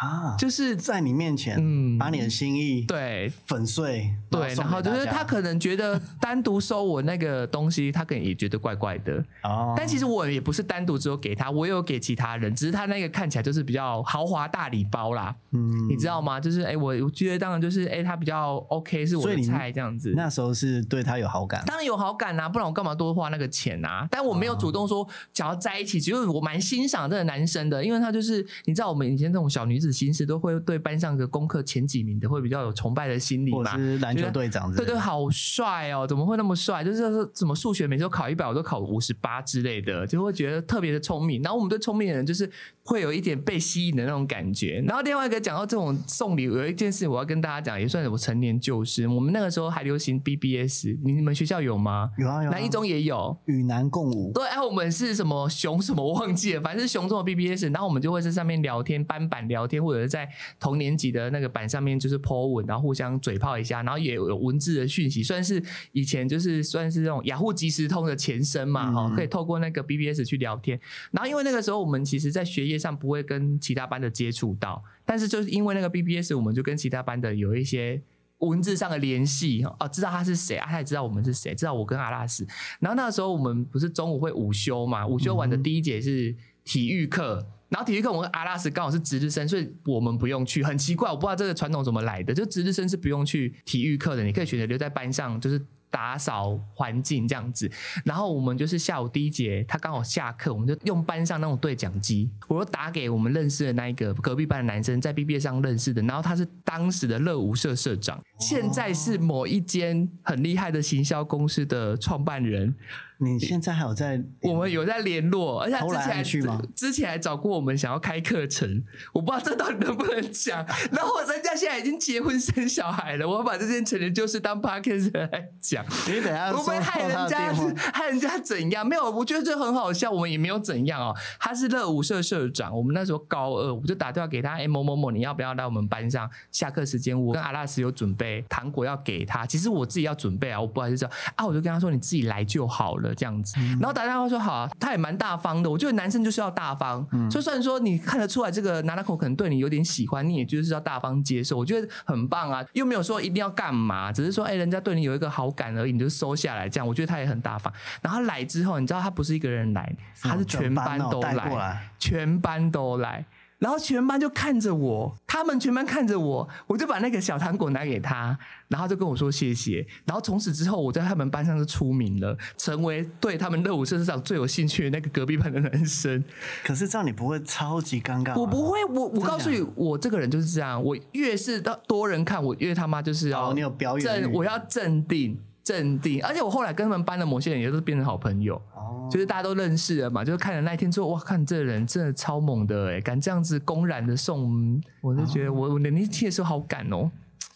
B: 啊，
A: 就是
B: 在你面前
A: 嗯，
B: 把你的心意
A: 对
B: 粉碎，
A: 对，然后
B: 送给
A: 就
B: 大
A: 是
B: 家
A: 他可能觉得单独收我那个东西，他可能也觉得怪怪的，
B: 哦，
A: 但其实我也不是单独只有给他，我也有给其他人，只是他那个看起来就是比较豪华大礼包啦，
B: 嗯
A: 你知道吗？就是哎、我我觉得当然就是哎、他比较 OK 是我
B: 所以
A: 的
B: 你
A: 菜这样子。
B: 那时候是对他有好感，
A: 当然有好感啊，不然我干嘛多花那个钱啊？但我没有主动说
B: 哦
A: 想要在一起，只是我蛮欣赏这个男生的，因为他就是你知道我们以前这种小女子心思，都会对班上的功课前几名的会比较有崇拜的心理
B: 或者
A: 嘛。
B: 是篮
A: 觉
B: 球
A: 得
B: 队长之
A: 对
B: 类的，
A: 对，好帅哦！怎么会那么帅？就是说怎么数学每次都考一百，我都考五十八之类的，就会觉得特别的聪明。然后我们对聪明的人就是会有一点被吸引的那种感觉。然后另外一个讲到这种送礼，有一件事我要跟大家讲，也算是我成年旧事。我们那个时候还流行 BBS，你你们学校有吗？
B: 有啊有啊，
A: 南一中也有，
B: 与男共舞，
A: 对，哎，我们是什么熊什么我忘记了，反正是熊中的 BBS，然后我们就会在上面聊天，班板聊天，或者是在同年级的那个板上面就是 po 文，然后互相嘴炮一下，然后也有文字的讯息，算是以前就是算是那种雅虎即时通的前身嘛，哈、
B: 嗯
A: 可以透过那个 BBS 去聊天。然后因为那个时候我们其实在学业上不会跟其他班的接触到，但是就是因为那个 BBS，我们就跟其他班的有一些。文字上的联系哦，知道他是谁啊，他也知道我们是谁，知道我跟阿拉斯，然后那时候我们不是中午会午休嘛？午休完的第一节是体育课，然后体育课我跟阿拉斯刚好是值日生，所以我们不用去。很奇怪，我不知道这个传统怎么来的，就值日生是不用去体育课的，你可以选择留在班上，就是。打扫环境这样子，然后我们就是下午第一节，他刚好下课，我们就用班上那种对讲机，我就打给我们认识的那一个隔壁班的男生，在 B B 上认识的，然后他是当时的热舞社社
B: 哦
A: 长，现在是某一间很厉害的行销公司的创办人，
B: 你现在还有在
A: 我们有在联络，而且他
B: 偷
A: 之
B: 懒
A: 前还
B: 暗去吗
A: 之前还找过我们，想要开课程，我不知道这到底能不能讲。然后人家现在已经结婚生小孩了，我把这件成人就是当 podcast 来讲，
B: 你等一下
A: 我
B: 说
A: 不会害人
B: 他的电
A: 家
B: 话，
A: 害人家怎样？没有，我觉得这很好笑，我们也没有怎样哦。他是乐舞社社长，我们那时候高二，我就打电话给他，哎、某某某，你要不要来我们班上？下课时间，我跟阿拉斯有准备糖果要给他，其实我自己要准备啊，我不好意思讲啊，我就跟他说你自己来就好了，这样子。
B: 嗯
A: 然后打电话说好、啊，他也蛮大方的，我觉得男生就是要大方，
B: 嗯
A: 就算说你看得出来这个拿拿口可能对你有点喜欢，你也就是要大方接受，我觉得很棒啊，又没有说一定要干嘛，只是说哎、人家对你有一个好感而已，你就收下来这样，我觉得他也很大方。然后他来之后，你知道他不是一个人来，他是全班
B: 哦
A: 都
B: 带
A: 来
B: 过。来，
A: 全班都来，然后全班就看着我，他们全班看着我，我就把那个小糖果拿给他，然后他就跟我说谢谢，然后从此之后我在他们班上就出名了，成为对他们热舞社社长最有兴趣的那个隔壁班的男生。
B: 可是这样你不会超级尴尬吗？
A: 我不会，我我
B: 啊的
A: 告诉你，我这个人就是这样，我越是到多人看，我越他妈就是要、
B: 哦你有表演
A: 镇，
B: 欲
A: 我要镇定镇定，而且我后来跟他们班的某些人也都变成好朋友。
B: 哦，
A: 就是大家都认识了嘛，就是看了那一天之后，哇，看这人真的超猛的哎、敢这样子公然的送，我就
B: 哦
A: 觉得我我年轻的时候好敢哦、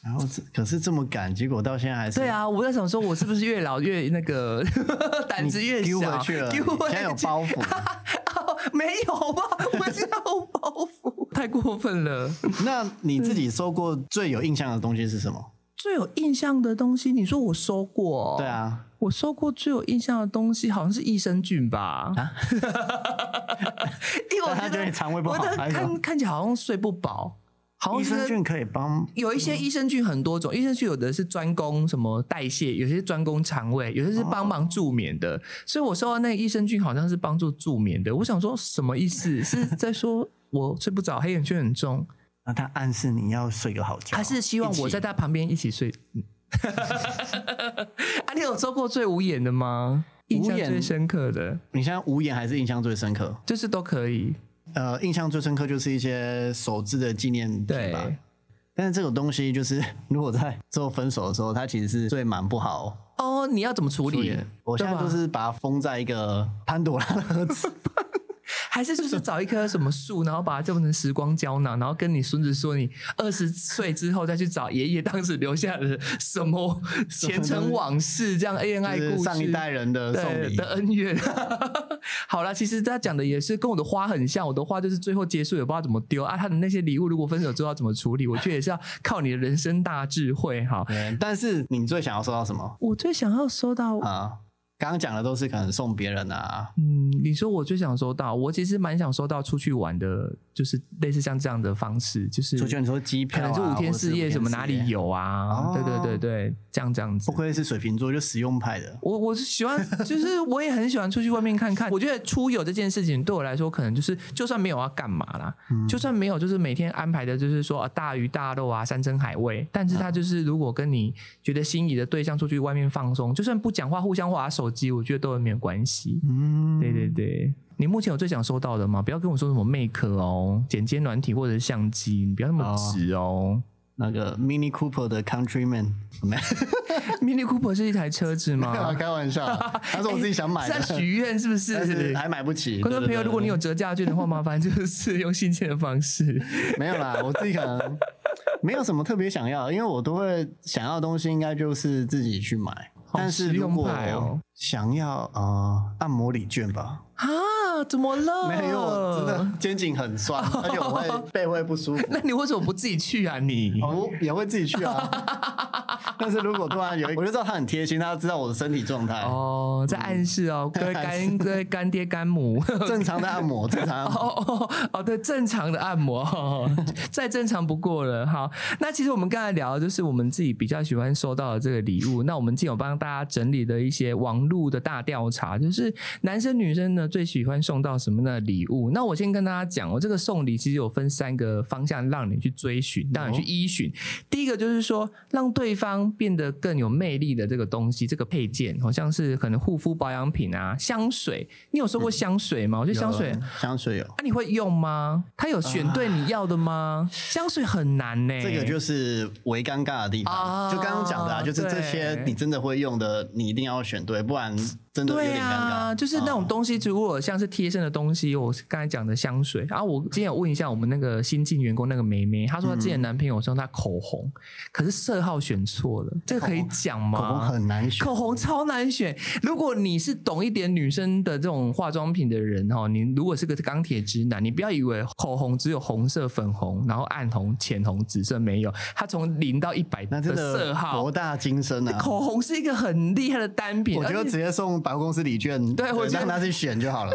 B: 然后这可是这么赶，结果到现在还是
A: 对，啊，我在想说，我是不是越老越那 个胆子越
B: 丢
A: 小？
B: 回去了，
A: 丢
B: 你
A: 回
B: 现在有
A: 去
B: 包袱。
A: 哦没有吧？我现在有包 袱，太过分了。
B: 那你自己收过最有印象的东西是什么？
A: 最有印象的东西，你说我收过、
B: 对，啊，
A: 我收过最有印象的东西好像是益生菌吧， 因为我
B: 他
A: 觉
B: 觉
A: 得
B: 得你啊肠胃不
A: 我
B: 好
A: 的
B: 还是什么
A: 看看起来好像睡不饱，好
B: 益
A: 像
B: 生
A: 是
B: 菌可以帮
A: 有一些益生菌很多种，益生菌有的是专攻什么代谢，有些是专攻肠胃，有些是
B: 哦
A: 帮忙助眠的。所以我收到那个益生菌好像是帮助助眠的，我想说什么意思？是在说我睡不着，黑眼圈很重，
B: 那他暗示你要睡个好觉，
A: 还是希望我在他旁边一起睡？嗯 啊，你有做过最无眼的吗？印象
B: 无眼
A: 最深刻的，
B: 你现在无言还是印象最深刻？
A: 就是都可以。
B: 呃，印象最深刻就是一些手制的纪念品吧
A: 对。
B: 但是这种东西就是，如果在最后分手的时候，它其实是最蛮不好
A: 哦，你要怎么处
B: 处理
A: 理
B: 的。？我现在
A: 对吧
B: 都是把它封在一个潘多拉的盒 子，
A: 还是就是找一棵什么树，然后把它做成时光胶囊，然后跟你孙子说，你二十岁之后再去找爷爷当时留下的什么前尘往事，这样恋爱
B: 就是
A: 故事。
B: 上一代人的 送
A: 对
B: 礼
A: 的。恩怨， 好啦，其实他讲的也是跟我的花很像。我的花就是最后结束也不知道怎么丢啊，他的那些礼物如果分手之后要怎么处理，我觉得也是要靠你的人生大智慧哈。
B: 对嗯但是你最想要收到什么
A: 我最想要收到
B: 啊？刚刚讲的都是可能送别人啊，
A: 嗯，你说我最想收到，我其实蛮想收到出去玩的，就是类似像这样的方式，就是
B: 出去你说机
A: 可
B: 票啊、
A: 能是五天四夜什么
B: 或者是
A: 哪
B: 五天四夜
A: 里？有啊？
B: 哦
A: 对对对对，这样这样子
B: 不。愧是水瓶座，就实用派的。
A: 我我是喜欢，就是 我也很喜欢出去外面看看。我觉得出游这件事情对我来说，可能就是就算没有要干嘛啦，
B: 嗯
A: 就算没有就是每天安排的，就是说、啊、大鱼大肉啊、山珍海味，但
B: 嗯
A: 是他就是如果跟你觉得心仪的对象出去外面放松，就算不讲话、互相划手机，我觉得都没有关系。
B: 嗯，
A: 对对对，你目前有最想收到的吗？不要跟我说什么 Make 哦，剪接软体或者是相机，你不要那么直哦。
B: 那个 Mini Cooper 的 Countryman 没
A: Mini Cooper 是一台车子
B: 没有 啊
A: 吗？
B: 开玩笑，他是我自己想 买
A: 哎是在
B: 的，
A: 许愿是不是？
B: 但是还买不起。
A: 观众
B: 对
A: 朋友，
B: 对对
A: 如果你有折价券的话，麻烦就是用信件的方 式。
B: 没有啦，我自己可能没有什么特别想要，因为我都会想要的东西应该就是自己去买。
A: 好
B: 但是
A: 实
B: 如
A: 用
B: 果
A: 派哦
B: 想要呃按摩礼券吧，
A: 啊？怎么了？
B: 没有，因为我真的肩颈很酸，而且我会背会不舒 服。
A: 那你为什么不自己去啊？你
B: 我也会自己 去啊，但是如果突然有一，我就知道他很贴心，他知道我的身体状态。
A: 哦，在暗示哦，各位 干各位干爹干母。
B: 正常的按摩，正常的按摩。
A: 哦哦哦，对，正常的按摩， 哦、再正常不过了。好，那其实我们刚才聊的就是我们自己比较喜欢收到的这个礼物。那我们今天有帮大家整理的一些网络的大调查，就是男生女生呢最喜欢送到什么样的礼物。那我先跟大家讲，哦我这个送礼其实有分三个方向让你去追寻，让你去依循。第一个就是说，让对方变得更有魅力的这个东西，这个配件，好像是可能护肤保养品啊、香水。你有收过香水吗？我觉得香水
B: 有啊香水有，
A: 那、你会用吗？他有选对你要的吗？香水很难呢、
B: 啊这个就是为尴尬的地
A: 啊
B: 方。就刚刚讲的啊，就是这些
A: 对
B: 你真的会用的，你一定要选对，不然真的有
A: 对
B: 点尴
A: 啊，
B: 尬。哦
A: 就是那种东西，如果像是贴身的东西，我刚才讲的香水。然、后我今天有问一下我们那个新进员工那个梅梅，她说她之
B: 嗯
A: 前男朋友送她口红，可是色号选错了，这个可以讲吗？
B: 口红很难选，
A: 口红超难选。如果你是懂一点女生的这种化妆品的人哦，你如果是个钢铁直男，你不要以为口红只有红色、粉红，然后暗红、浅红、紫色没有，它从零到一百
B: 那真的
A: 色号
B: 博。大精深啊。
A: 口红是一个很厉害的单品，
B: 我觉
A: 而
B: 得
A: 且
B: 直接送百货公司礼券，
A: 对我觉得
B: 让他去选就 好了。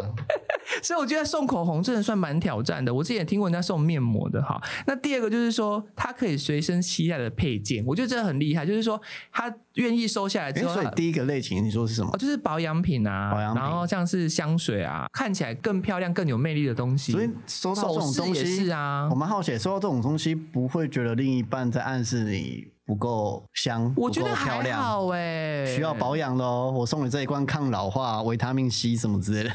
A: 所以我觉得送口红真的算蛮挑战的。我之前也听过人家送面膜的哈。那第二个就是说，它可以随身携带的配件，我觉得真的很厉害。就是说，他愿意收下来
B: 哎，
A: 之后，
B: 所以第一个类型你说是什么
A: 哦，？就是保养品啊，
B: 保养品
A: 然后像是香水啊，看起来更漂亮、更有魅力的东西。
B: 所以收到这种东
A: 首饰也
B: 西
A: 是啊
B: 我蛮好奇，收到这种东西不会觉得另一半在暗示你不够香，
A: 我觉得
B: 不够漂
A: 还
B: 亮。
A: 好哎、
B: 需要。保养的哦，我送你这一罐抗老化维他命 C 什么之类的。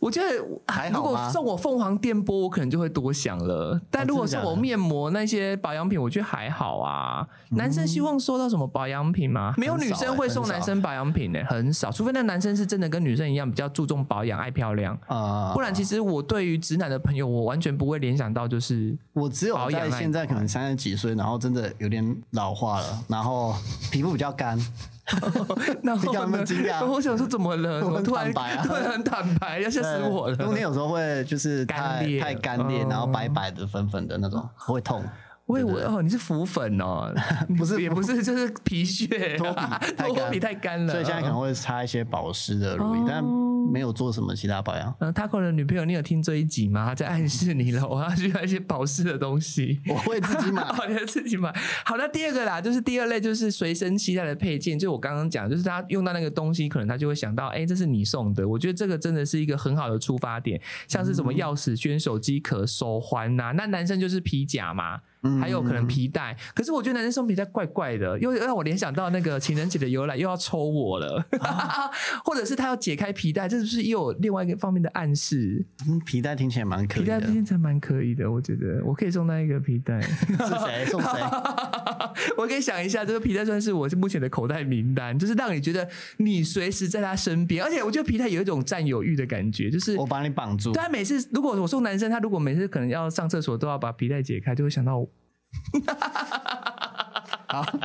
A: 我觉得我
B: 还好
A: 如果
B: 吗
A: 送我凤凰电波，我可能就会多想了。但
B: 哦
A: 如果
B: 真
A: 送
B: 的
A: 我
B: 假的
A: 面膜那些保养品，我觉得还好啊。男生希望收到什么保养品吗？没有
B: 嗯很
A: 女
B: 少
A: 生
B: 欸
A: 会
B: 很
A: 送男
B: 少
A: 生保养品呢、很少。除非那男生是真的跟女生一样比较注重保养、爱漂亮。
B: 呃，
A: 不然，其实我对于直男的朋友，我完全不会联想到就是
B: 我只有
A: 保养
B: 在
A: 那一
B: 现在可能三十几岁，然后真的有点老化了，然后皮肤比较 干，
A: 然后
B: 你干嘛那
A: 呢
B: 么惊？讶
A: 我想说怎么了？
B: 我
A: 我
B: 很
A: 突然
B: 坦白 啊
A: 突然很坦白，要吓死我
B: 对冬天
A: 了。
B: 有时候会就是
A: 干
B: 太
A: 裂
B: 太干裂，
A: 嗯
B: 然后白白的、粉粉的那种，会痛。
A: 我以为哦，你是浮粉 哦，
B: 不是
A: 也不是，就是皮屑啊
B: 脱 皮太干
A: 脱皮太干了。
B: 所以现在可能会擦一些保湿的乳液，但
A: 哦
B: 没有做什么其他保养。
A: 嗯，Taco 的女朋友，你有听这一集吗？她在暗示你了，我要去买一些保湿的东西。
B: 我会自己买，
A: 哦，你要自己买。好，那第二个啦，就是第二类，就是随身携带的配件，就我刚刚讲，就是他用到那个东西，可能他就会想到，哎、这是你送的。我觉得这个真的是一个很好的
B: 嗯
A: 啊出发点，像是什么钥匙圈、手机壳、手环呐、那男生就是皮夹嘛。
B: 嗯
A: 还有可能皮带。可是我觉得男生送皮带怪怪的，又让我联想到那个情人节的由来，又要抽我 了，或者是他要解开皮带，这是不是又有另外一个方面的暗示？
B: 嗯皮带听起来蛮可
A: 皮
B: 以
A: 带
B: 的。
A: 今天才蛮可以的，我觉得我可以送他一个皮带。
B: 是 谁送谁？
A: 我可以想一下，这个皮带算是我是目前的口袋名单，就是让你觉得你随时在他身边，而且我觉得皮带有一种占有欲的感觉，就是
B: 我把你绑住。
A: 但他每次如果我送男生，他如果每次可能要上厕所都要把皮带解开，就会想到我。
B: 好，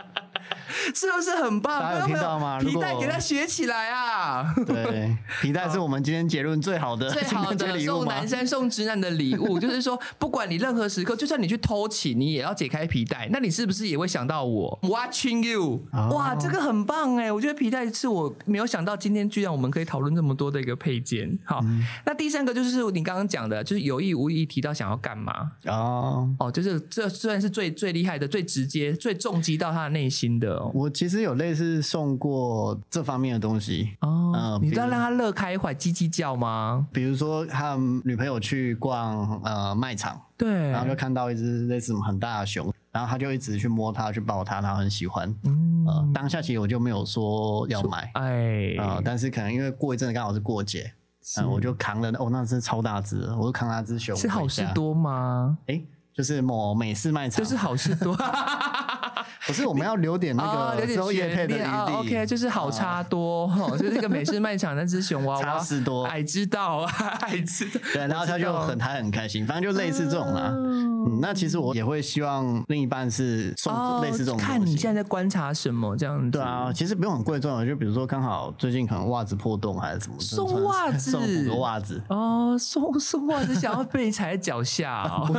A: 是不是很棒？
B: 大家有听到吗
A: 观众朋友皮带
B: 如果
A: 给他学起来啊！
B: 对，皮带是我们今天结论最好的
A: 最好
B: 今天
A: 的
B: 礼物
A: 送
B: 吗
A: 男？生送直男的礼物， 就是说，不管你任何时刻，就算你去偷情，你也要解开皮带。那你是不是也会想到我？Watching you，、
B: 哦
A: 哇，这个很棒哎！我觉得皮带是我没有想到，今天居然我们可以讨论这么多的一个配件。好，
B: 嗯
A: 那第三个就是你刚刚讲的，就是有意无意提到想要干嘛。
B: 哦，
A: 哦，就是这虽然是最最厉害的、最直接、最重击到他的内心的哦。
B: 我其实有类似送过这方面的东西。
A: 哦
B: 嗯，
A: 你知道
B: 比如
A: 让他乐开怀、叽叽叫吗？
B: 比如说，和女朋友去逛呃卖场，
A: 对，
B: 然后就看到一只类似很大的熊，然后他就一直去摸它，去抱它，然后很喜欢。呃
A: 嗯，，
B: 当下其实我就没有说要买
A: 哎，
B: 啊、呃但是可能因为过一阵子刚好是过节，
A: 是
B: 嗯、我就扛了那哦，那是超大只的，我就扛那只熊。
A: 是好事，多 吗？
B: 哎、就是某美式卖场，
A: 就是 好事多，
B: 可是我们要 留点
A: 啊，有
B: 那个之
A: 点
B: 后叶配
A: 悬
B: 的余
A: 念啊。
B: 地。
A: OK，就是好差多，哦就是一个美式卖场那只熊娃
B: 差
A: 娃，
B: 事多，
A: 矮知道，矮知道，
B: 对，然后他就很他很开心，反正就类似这种啦。
A: 嗯
B: 嗯，那其实我也会希望另一半是送
A: 哦，
B: 类似这种
A: 看
B: 东
A: 你
B: 西。
A: 现在在观察什么这样子。
B: 对啊，其实不用很贵重的，就比如说刚好最近可能袜子破洞还是什么，
A: 送
B: 就穿
A: 袜子
B: 送补个袜子，
A: 哦，送 送袜子想要被你踩在脚下、 哦，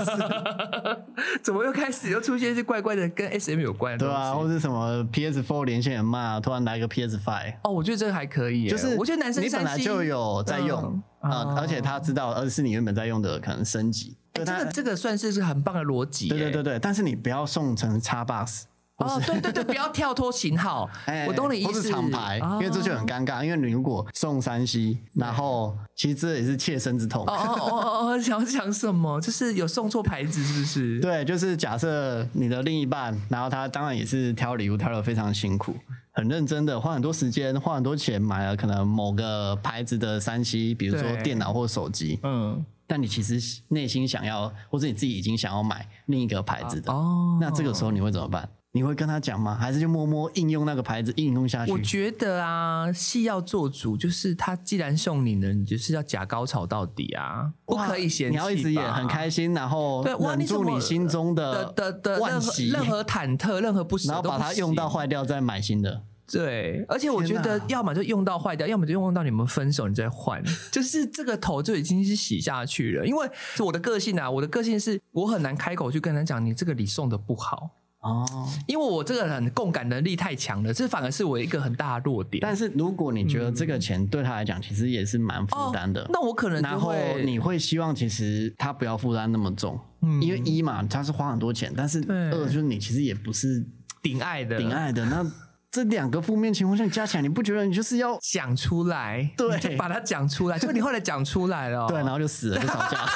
A: 怎么又开始又出现一些怪怪的跟 S M 有关的
B: 对
A: 东西？
B: 啊，或是什么 PS Four 连线很慢，突然来个 PS Five，
A: 哦，我觉得这个还可以耶，
B: 就是
A: 我觉得男生
B: 你本来
A: 三星哎
B: 就有在用
A: 嗯
B: 啊
A: 哦，
B: 而且他知道，而是你原本在用的可能升级，
A: 哎
B: 对
A: 这
B: 他
A: 个这个算是是很棒的逻辑，
B: 对对对。对，但是你不要送成叉 box。
A: 哦，对对对，不要跳脱型号
B: 哎，
A: 我懂你意
B: 或
A: 思。哦
B: 是厂牌，因为这就很尴尬。因为你如果送山西，然后其实这也是切身之痛
A: 哦。哦哦哦哦，想想什么？就是有送错牌子，是不是？
B: 对，就是假设你的另一半，然后他当然也是挑礼物挑的非常辛苦，很认真的花很多时间，花很多钱买了可能某个牌子的山西，比如说
A: 对
B: 电脑或手机，
A: 嗯，
B: 但你其实内心想要，或者你自己已经想要买另一个牌子的，
A: 哦，
B: 那这个时候你会怎么办？你会跟他讲吗？还是就默默应用那个牌子应用下去
A: 我？觉得啊，戏要做主，就是他既然送你了，你就是要假高潮到底啊，不
B: 哇
A: 可以嫌弃吧。
B: 你要一直演很开心，然后
A: 对哇
B: 忍
A: 你怎
B: 住
A: 么
B: 你心中
A: 的
B: 的
A: 的的
B: 惋
A: 任何
B: 惜，
A: 任何忐忑、任何不舍，
B: 然后把它用到。坏掉再买新的。
A: 对，而且我觉
B: 天
A: 得
B: 哪，
A: 要么就用到坏掉，要么就用到你们分手，你再换。就是这个头就已经是洗下去了。因为我的个性啊，我的个性是我很难开口去跟人讲你这个礼送的不好，
B: 哦，
A: 因为我这个人共感能力太强了，这反而是我一个很大的弱点。
B: 但是如果你觉得这个钱对他来讲其实也是蛮负担的，
A: 哦那我可能
B: 然
A: 就
B: 后
A: 会
B: 你会希望其实他不要负担那么重，
A: 嗯
B: 因为一嘛他是花很多钱，但是
A: 对
B: 二就是你其实也不是
A: 顶爱的
B: 顶爱的，那这两个负面情况下加起来，你不觉得你就是要
A: 讲出来，
B: 对
A: 你就把它讲出来，就你后来讲出来了、哦
B: 对，然后就死了就吵 架。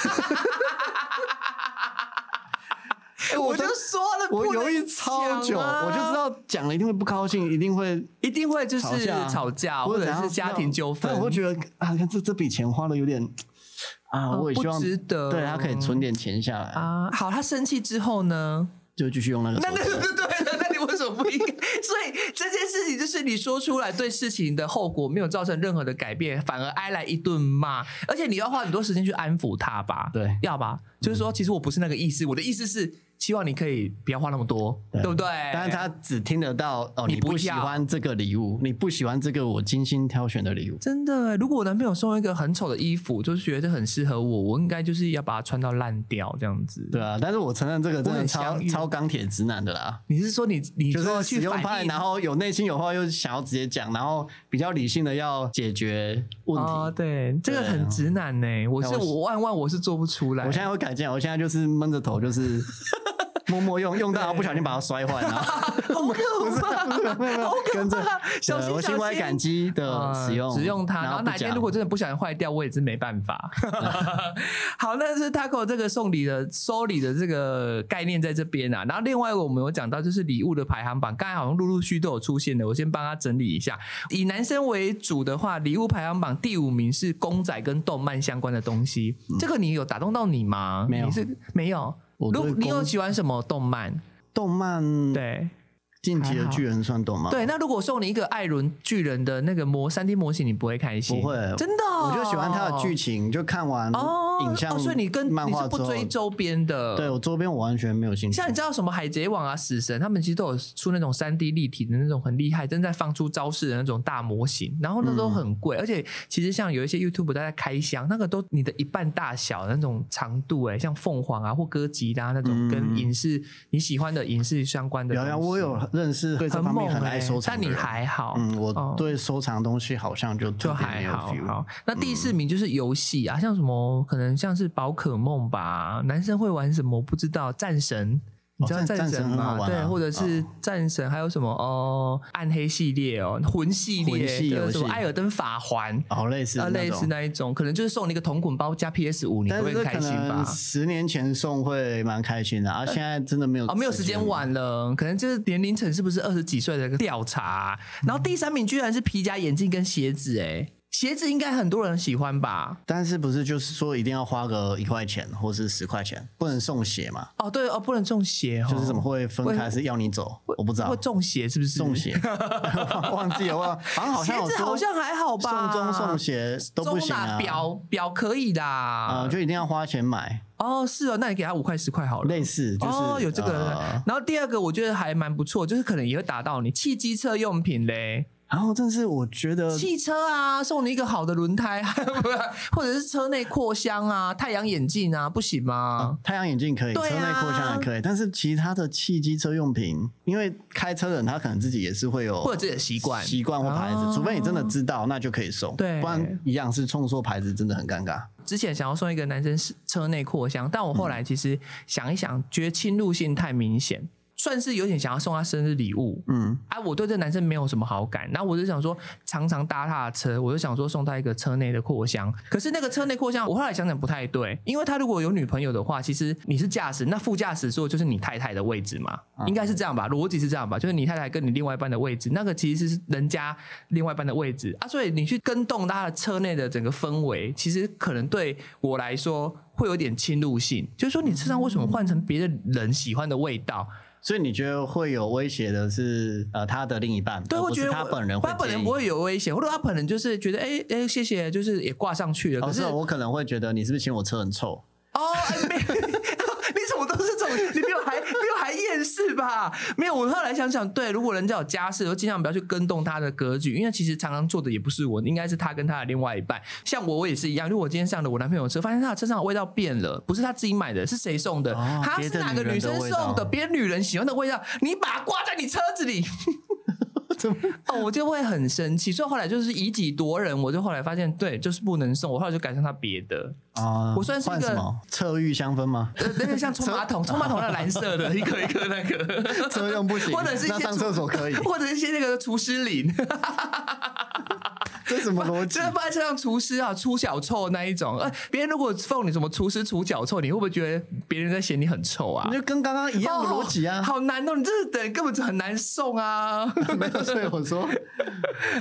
A: 哎我就说了，
B: 我
A: 不能
B: 犹豫超久，
A: 讲啊
B: 我就知道讲了一定会不高兴，一定会
A: 一定会就是
B: 吵架、
A: 吵架，或者
B: 怎样
A: 是家庭纠纷
B: 对，我会觉得啊，看这这笔钱花的有点啊，
A: 啊
B: 我也希望
A: 不值得
B: 对他可以存点钱下来，
A: 啊。好，他生气之后呢？
B: 就继续用那个
A: 那
B: 手
A: 那
B: 机。
A: 就 对了，那你为什么不应该？所以这件事情就是你说出来，对事情的后果没有造成任何的改变，反而挨来一顿骂，而且你要花很多时间去安抚他吧？
B: 对
A: 要吧？就是说，其实我不是那个意思，我的意思是希望你可以不要花那么多，对
B: 对
A: 不对？
B: 但是他只听得到哦，
A: 你
B: 你
A: 不
B: 不喜
A: 要
B: 欢这个礼物，你不喜欢这个我精心挑选的礼物。
A: 真的欸，如果我男朋友送一个很丑的衣服，就是觉得很适合我，我应该就是要把它穿到烂掉这样子。
B: 对，啊，但是我承认这个
A: 我
B: 真的
A: 很
B: 超
A: 相遇
B: 超钢铁直男的啦，
A: 你是说你你
B: 就
A: 说
B: 是使
A: 去
B: 用
A: 反
B: 派，
A: 应
B: 然后有内心有话又想要直接讲，然后比较理性的要解决问题。
A: 哦，对，这个
B: 对啊哎
A: 很直男呢、我是
B: 那我
A: 我万万我是做不出来。
B: 我现在会改进，我现在就是闷着头，就是。默默用，用到不小心把它摔坏 了。
A: 好可怕， 好可
B: 跟着
A: 怕！小
B: 对
A: 心
B: 我心
A: 小
B: 怀感
A: 心。
B: 激的呃使用，
A: 只呃用它，然
B: 然
A: 后
B: 不
A: 哪天
B: 讲
A: 如果真的不小心坏掉，我也是没办法。 好，那是 Taco 这个送礼的收礼的这个概念在这边啊。然后另外一个我们有讲到就是礼物的排行榜，刚才好像陆陆续续都有出现的，我先帮他整理一下。以男生为主的话，礼物排行榜第五名是公仔跟动漫相关的东西。这个你有打动到你吗？
B: 嗯没有
A: 你是没有。
B: 我
A: 如
B: 对
A: 你有
B: 公嗯
A: 喜欢什么动漫？
B: 动漫
A: 对。
B: 进击
A: 还
B: 的
A: 好
B: 巨人算动漫，
A: 对，那如果送你一个艾伦巨人的那个模三 D 模型，你不会开心？
B: 不会
A: 真的哦、
B: 我就喜欢它的剧情，就看完
A: 哦
B: 影像，
A: 哦，所以你跟
B: 漫
A: 你
B: 画
A: 是不
B: 之后
A: 追周边的，
B: 对。我周边我完全没有兴趣。
A: 像你知道什么海贼王啊、死神，他们其实都有出那种三 D 立体的那种很厉害，正在放出招式的那种大模型，然后那都很贵，而且其实像有一些 YouTube 大在开箱，那个都你的一半大小那种长度、欸，像凤凰啊或哥吉拉那种，
B: 嗯
A: 跟影视你喜欢的影视相关的东
B: 聊
A: 西，
B: 聊，我有认识对这
A: 很
B: 方
A: 猛
B: 面很
A: 欸
B: 爱收藏
A: 但
B: 的
A: 你
B: 人，
A: 还好，
B: 嗯，我
A: 哦
B: 对收藏东西好像就
A: 就
B: 特别没
A: 还
B: 有
A: 好
B: feel 嗯
A: 好。那第四名就是游戏啊，像什么可能像是宝可梦吧，男生会玩什么我不知道，战神。你知道
B: 哦战
A: 战
B: 战
A: 神
B: 神很好
A: 吗？
B: 玩啊
A: 对，或者是战神，还有什么哦，暗黑系列哦，魂系列，
B: 魂系
A: 对
B: 游戏
A: 什么艾尔登法环
B: 好类似
A: 啊，
B: 的那
A: 类似
B: 种。
A: 那一种，可能就是送你一个同捆包加 PS 五，你
B: 但
A: 会
B: 是这
A: 很开
B: 可
A: 心吧呃
B: 能？十年前送会蛮开心的，而、啊现在真的没有
A: 哦，没有时间玩了，可能就是年龄层是不是二十几岁的一个调查啊、然
B: 嗯
A: 后第三名居然是皮夹、眼镜跟鞋子，哎，鞋子应该很多人喜欢吧？
B: 但是不是就是说一定要花个一块钱或是十块钱，不能送鞋嘛？
A: 哦，对哦，不能中邪哦，
B: 就是怎么会分
A: 会
B: 开是要你走？我不知道
A: 会，中邪是不是？
B: 送鞋 忘记了，忘好像好像
A: 鞋
B: 有
A: 子
B: 说
A: 好像还好吧？
B: 送钟送鞋都不行
A: 钟啦
B: 啊，
A: 表表可以的
B: 啊、就一定要花钱买，
A: 哦，是哦，那你给他五块十块好了。
B: 类似就是、
A: 哦，有这个。
B: 呃
A: 然后第二个我觉得还蛮不错，就是可能也会打到你汽机车用品嘞，
B: 然后，但是我觉得
A: 汽车啊，送你一个好的轮胎， 不是或者是车内扩香啊、太阳眼镜啊，不行吗？
B: 太阳眼镜可以，车
A: 对啊
B: 内扩香也可以，但是其他的汽机车用品，因为开车的人他可能自己也是会有
A: 或者自己的习惯
B: 习惯或牌
A: 哦
B: 子，除非你真的知道，那就可以送，
A: 对
B: 不然一样是冲错牌子，真的很尴尬。
A: 之前想要送一个男生是车内扩香，但我后来其实想一想，觉得侵入性太明显，算是有点想要送他生日礼物。
B: 嗯，
A: 哎、我对这男生没有什么好感，然后我就想说，常常搭他的车，我就想说送他一个车内的扩香。可是那个车内扩香，我后来想想不太对，因为他如果有女朋友的话，其实你是驾驶，那副驾驶座就是你太太的位置嘛，应该是这样吧？逻辑是这样吧？就是你太太跟你另外一半的位置，那个其实是人家另外一半的位置啊，所以你去跟动他的车内的整个氛围，其实可能对我来说会有点侵入性，就是说你车上为什么换成别的人喜欢的味道？
B: 所以你觉得会有威胁的是呃他的另一半，
A: 对，
B: 而
A: 我
B: 不
A: 觉
B: 是
A: 得
B: 他
A: 我
B: 本人会
A: 他本人
B: 介意
A: 不。会有危险，或者他本人就是觉得，哎、哎、谢谢，就是也挂上去了。可
B: 哦，
A: 是
B: 是
A: 哦，
B: 我可能会觉得你是不是嫌我车很臭？
A: 哎 没，你怎么都是这种？你没有还没有还厌世吧？没有，我后来想想，对，如果人家有家室，我尽量不要去跟动他的格局，因为其实常常做的也不是我，应该是他跟他的另外一半。像我，我也是一样，如果我今天上了我男朋友的车，发现他的车上的味道变了，不是他自己买的，是谁送的？
B: 哦
A: 他
B: 别
A: 是
B: 的
A: 哪
B: 女
A: 个
B: 人
A: 女
B: 的
A: 生
B: 味
A: 送
B: 道
A: 的？别的女人喜欢的味道，你把它挂在你车子里。
B: 怎么
A: 哦，我就会很生气，所以后来就是以己夺人，我就后来发现，对，就是不能送，我后来就改成他别的，
B: 啊？
A: 我算是一个
B: 换什么侧浴香氛 吗？
A: 呃，那个像冲马桶，冲马桶那蓝色 的，一个一个那个，
B: 车用不行，
A: 或者是一
B: 那
A: 些
B: 上
A: 厨
B: 厕所 可以
A: ，或者一些那个厨师 领，
B: 这什么逻辑
A: 就？是放在车上厨师啊，出小臭那一种，呃，别人如果送你什么厨师除脚臭，你会不会觉得别人在嫌你很臭啊
B: 你？就跟刚刚 一样的逻辑
A: 哦
B: 啊。
A: 好难哦！你这等根本就很难送 啊。
B: 没有，所以我说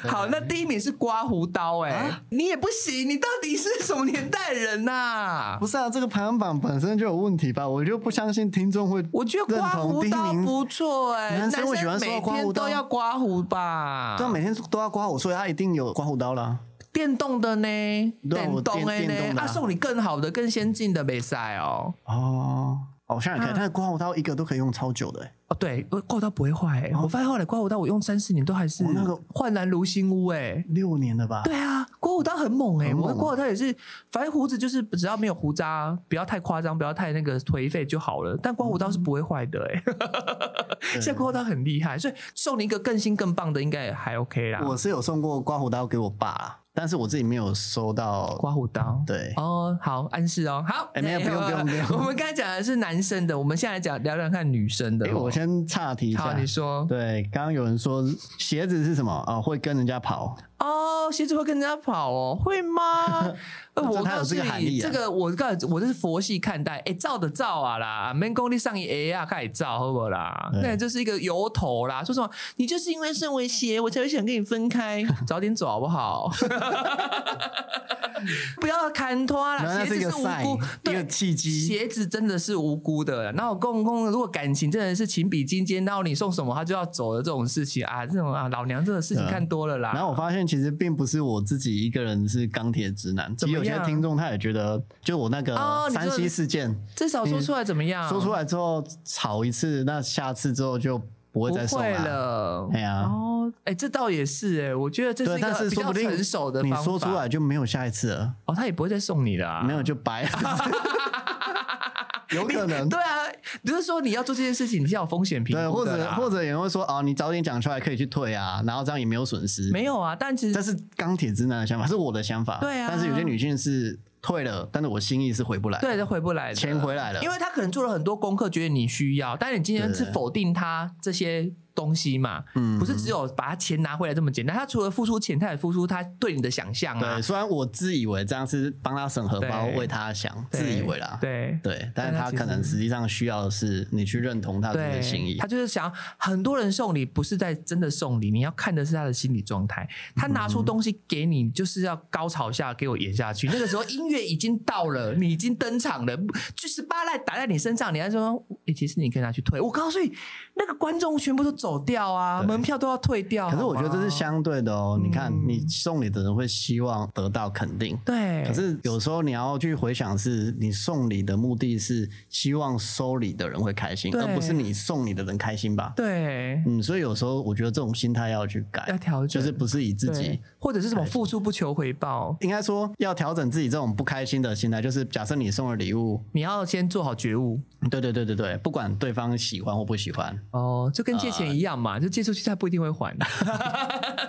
A: 好，那第一名是刮胡刀、哎、
B: 啊
A: 你也不行，你到底是什么年代人呐、
B: 不是啊，这个排行榜本身就有问题吧？我就不相信听众会
A: 我觉得
B: 认
A: 刮
B: 同
A: 胡
B: 第一
A: 刀
B: 名
A: 不错哎、
B: 男生会喜欢
A: 男生每
B: 说刮
A: 天
B: 胡刀
A: 都要刮胡吧？
B: 对啊，每天都要刮我，所以他一定有刮胡刀啦。
A: 电动的呢，
B: 对啊我
A: 动的
B: 电电动
A: 呢，
B: 的
A: 啊，
B: 啊
A: 送你更好的、更先进的比赛哦。
B: 哦，好像也可以
A: 啊，
B: 但是刮胡刀一个都可以用超久的欸。
A: 哦，对，呃刮胡刀不会坏、欸，我发现后来刮胡刀我用三四年都还是
B: 哦哦那个
A: 焕然如新屋哎、
B: 六年了吧？
A: 对啊，刮胡刀很猛哎、
B: 很猛
A: 我的
B: 啊
A: 刮胡刀也是，反正胡子就是只要没有胡渣，不要太夸张，不要太那个颓废就好了。但刮胡刀是不会坏的哎、
B: 嗯
A: 现在刮胡刀
B: 啊
A: 很厉害，所以送你一个更新更棒的应该也还 OK 啦。
B: 我是有送过刮胡刀给我爸啦，但是我自己没有收到。
A: 刮胡刀。
B: 对，
A: 哦，好，暗示哦，好，
B: 哎没有不用不用不用
A: 我们刚才讲的是男生的，我们现在讲聊聊看女生的
B: 哎、
A: 哦。
B: 我先岔题一
A: 好，
B: 下
A: 你。说
B: 对，刚刚有人说鞋子是什么啊、哦会跟人家跑，
A: 哦，鞋子会跟人家跑 哦，会吗？呃
B: 这
A: 我
B: 它有
A: 告诉
B: 这个含
A: 你，
B: 义啊
A: 这个我告诉我这是佛系看待，哎，照的照啊啦，门功力上一 A 啊，开始照好不好啦？
B: 对
A: 那就是一个由头啦，说什么你就是因为身为鞋，我才会想跟你分 开，早点走好不好？不要砍拖啦，
B: 然后那
A: 鞋
B: 是
A: 子
B: 一个
A: 是无
B: sign，
A: 辜，
B: 一个
A: 对。
B: 契机。
A: 鞋子真的是无辜的啦，然后公公如果感情真的是情比金坚，然后你送什么他就要走的这种事情啊，这种啊老娘这种事情
B: 对啊
A: 看多了啦。
B: 然后我发现，其实并不是我自己一个人是钢铁直男，其
A: 怎
B: 实
A: 么
B: 有
A: 样
B: 些听众他也觉得，就我那个
A: 哦你
B: 山
A: 说嗯
B: 西事件、
A: 至少说出来怎么样？
B: 嗯说出来之后吵一次，那下次之后就不会
A: 不
B: 再送啊
A: 会
B: 了。
A: 了。
B: 哎呀
A: 哦，哎，这倒也是哎，我觉得这
B: 对，
A: 是一
B: 但
A: 个
B: 是
A: 比
B: 说
A: 较
B: 不定
A: 成熟的
B: 你
A: 方法。
B: 说出来就没有下一次了，
A: 哦，他也不会再送你的啊。
B: 没有就 白了，有可能
A: 对啊，只是说你要做这件事情，你是要有风险评
B: 对，
A: 估
B: 或
A: 的
B: 者
A: 啦
B: 或者也会说哦，你早点讲出来可以去退啊，然后这样也没有损失。
A: 没有啊，但其
B: 这
A: 实
B: 是钢铁直男的想法，是我的想法。
A: 对啊
B: 但是有些女性是退了，但是我心意是回不来，
A: 对，，是回不来的，
B: 钱回来了，
A: 因为他可能做了很多功课，觉得你需要，但你今天是
B: 对
A: 否定他这些东西嘛？
B: 嗯
A: 不是只有把他钱拿回来这么简单，他除了付出钱，他也付出他对你的想象啊
B: 对，。虽然我自以为这样是帮他省荷包，
A: 对
B: 为他想，
A: 对
B: 自以为啦，
A: 对，
B: 对，但是
A: 但他
B: 他
A: 其实
B: 可能实际上需要的是你去认同他的
A: 对，
B: 心意
A: 他。就是想，很多人送礼不是在真的送礼，你要看的是他的心理状态。他拿出东西给你，就是要高潮下给我演下去。那个时候音乐已经到了，你已经登场了，就是巴赖打在你身上，你还说，诶其实你可以拿去退。我告诉你，那个观众全部都走掉啊，
B: 对
A: 门票都要退掉。
B: 可是我觉得这是
A: 想
B: 相对的哦，
A: 嗯
B: 你看你送礼的人会希望得到肯定。
A: 对，
B: 可是有时候你要去回想，是你送礼的目的是希望收礼的人会开心，
A: 对
B: 而不是你送礼的人开心吧？
A: 对。
B: 嗯，所以有时候我觉得这种心态要去改，
A: 要调整
B: 就是不是以自己
A: 对，或者是什么付出不求回报，
B: 应该说要调整自己这种不开心的心态。就是假设你送了礼物，嗯
A: 你要先做好觉悟
B: 对对对对对，不管对方喜欢或不 喜欢，
A: 哦，就跟借
B: 呃
A: 钱一样嘛，就借出去他不一定会还。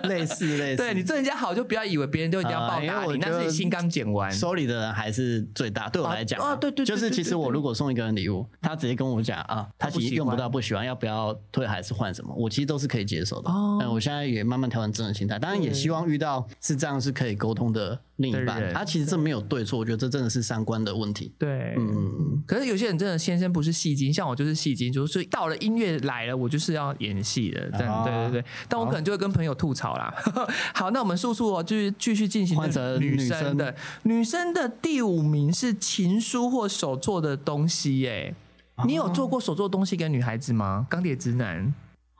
B: 类似类似，
A: 对你对人家好，就不要以为别人对人家
B: 啊
A: 报
B: 因为
A: 答
B: 我
A: 你，
B: 觉
A: 那
B: 得
A: 是你心刚剪完。
B: 收礼的人还是最大，对我来讲
A: 啊对对对
B: 就是其实我如果送一个人礼物，他直接跟我讲啊，他其
A: 不
B: 实
A: 喜
B: 用不
A: 欢
B: 到，不喜欢，要不要退还是换什么，我其实都是可以接受的。
A: 哦
B: 但我现在也慢慢调整这种心态，当然也
A: 对
B: 希望遇到是这样是可以沟通的另一
A: 的
B: 半。
A: 人
B: 他其实这没有对错，我觉得这真的是三观的问题。
A: 对，
B: 嗯，
A: 可是有些人真的先生不是戏精，像我就是戏精，就是到了音乐来了，我就是要演戏的，这样、
B: 啊
A: 对对对。但我可能就会跟朋友吐槽啦。 好，那我们速速哦，就是继续进行
B: 换成
A: 女
B: 女
A: 生
B: 生
A: 的女生的第五名是情书或手做的东西耶。
B: 啊
A: 你有做过手做东西给女孩子吗？钢铁直男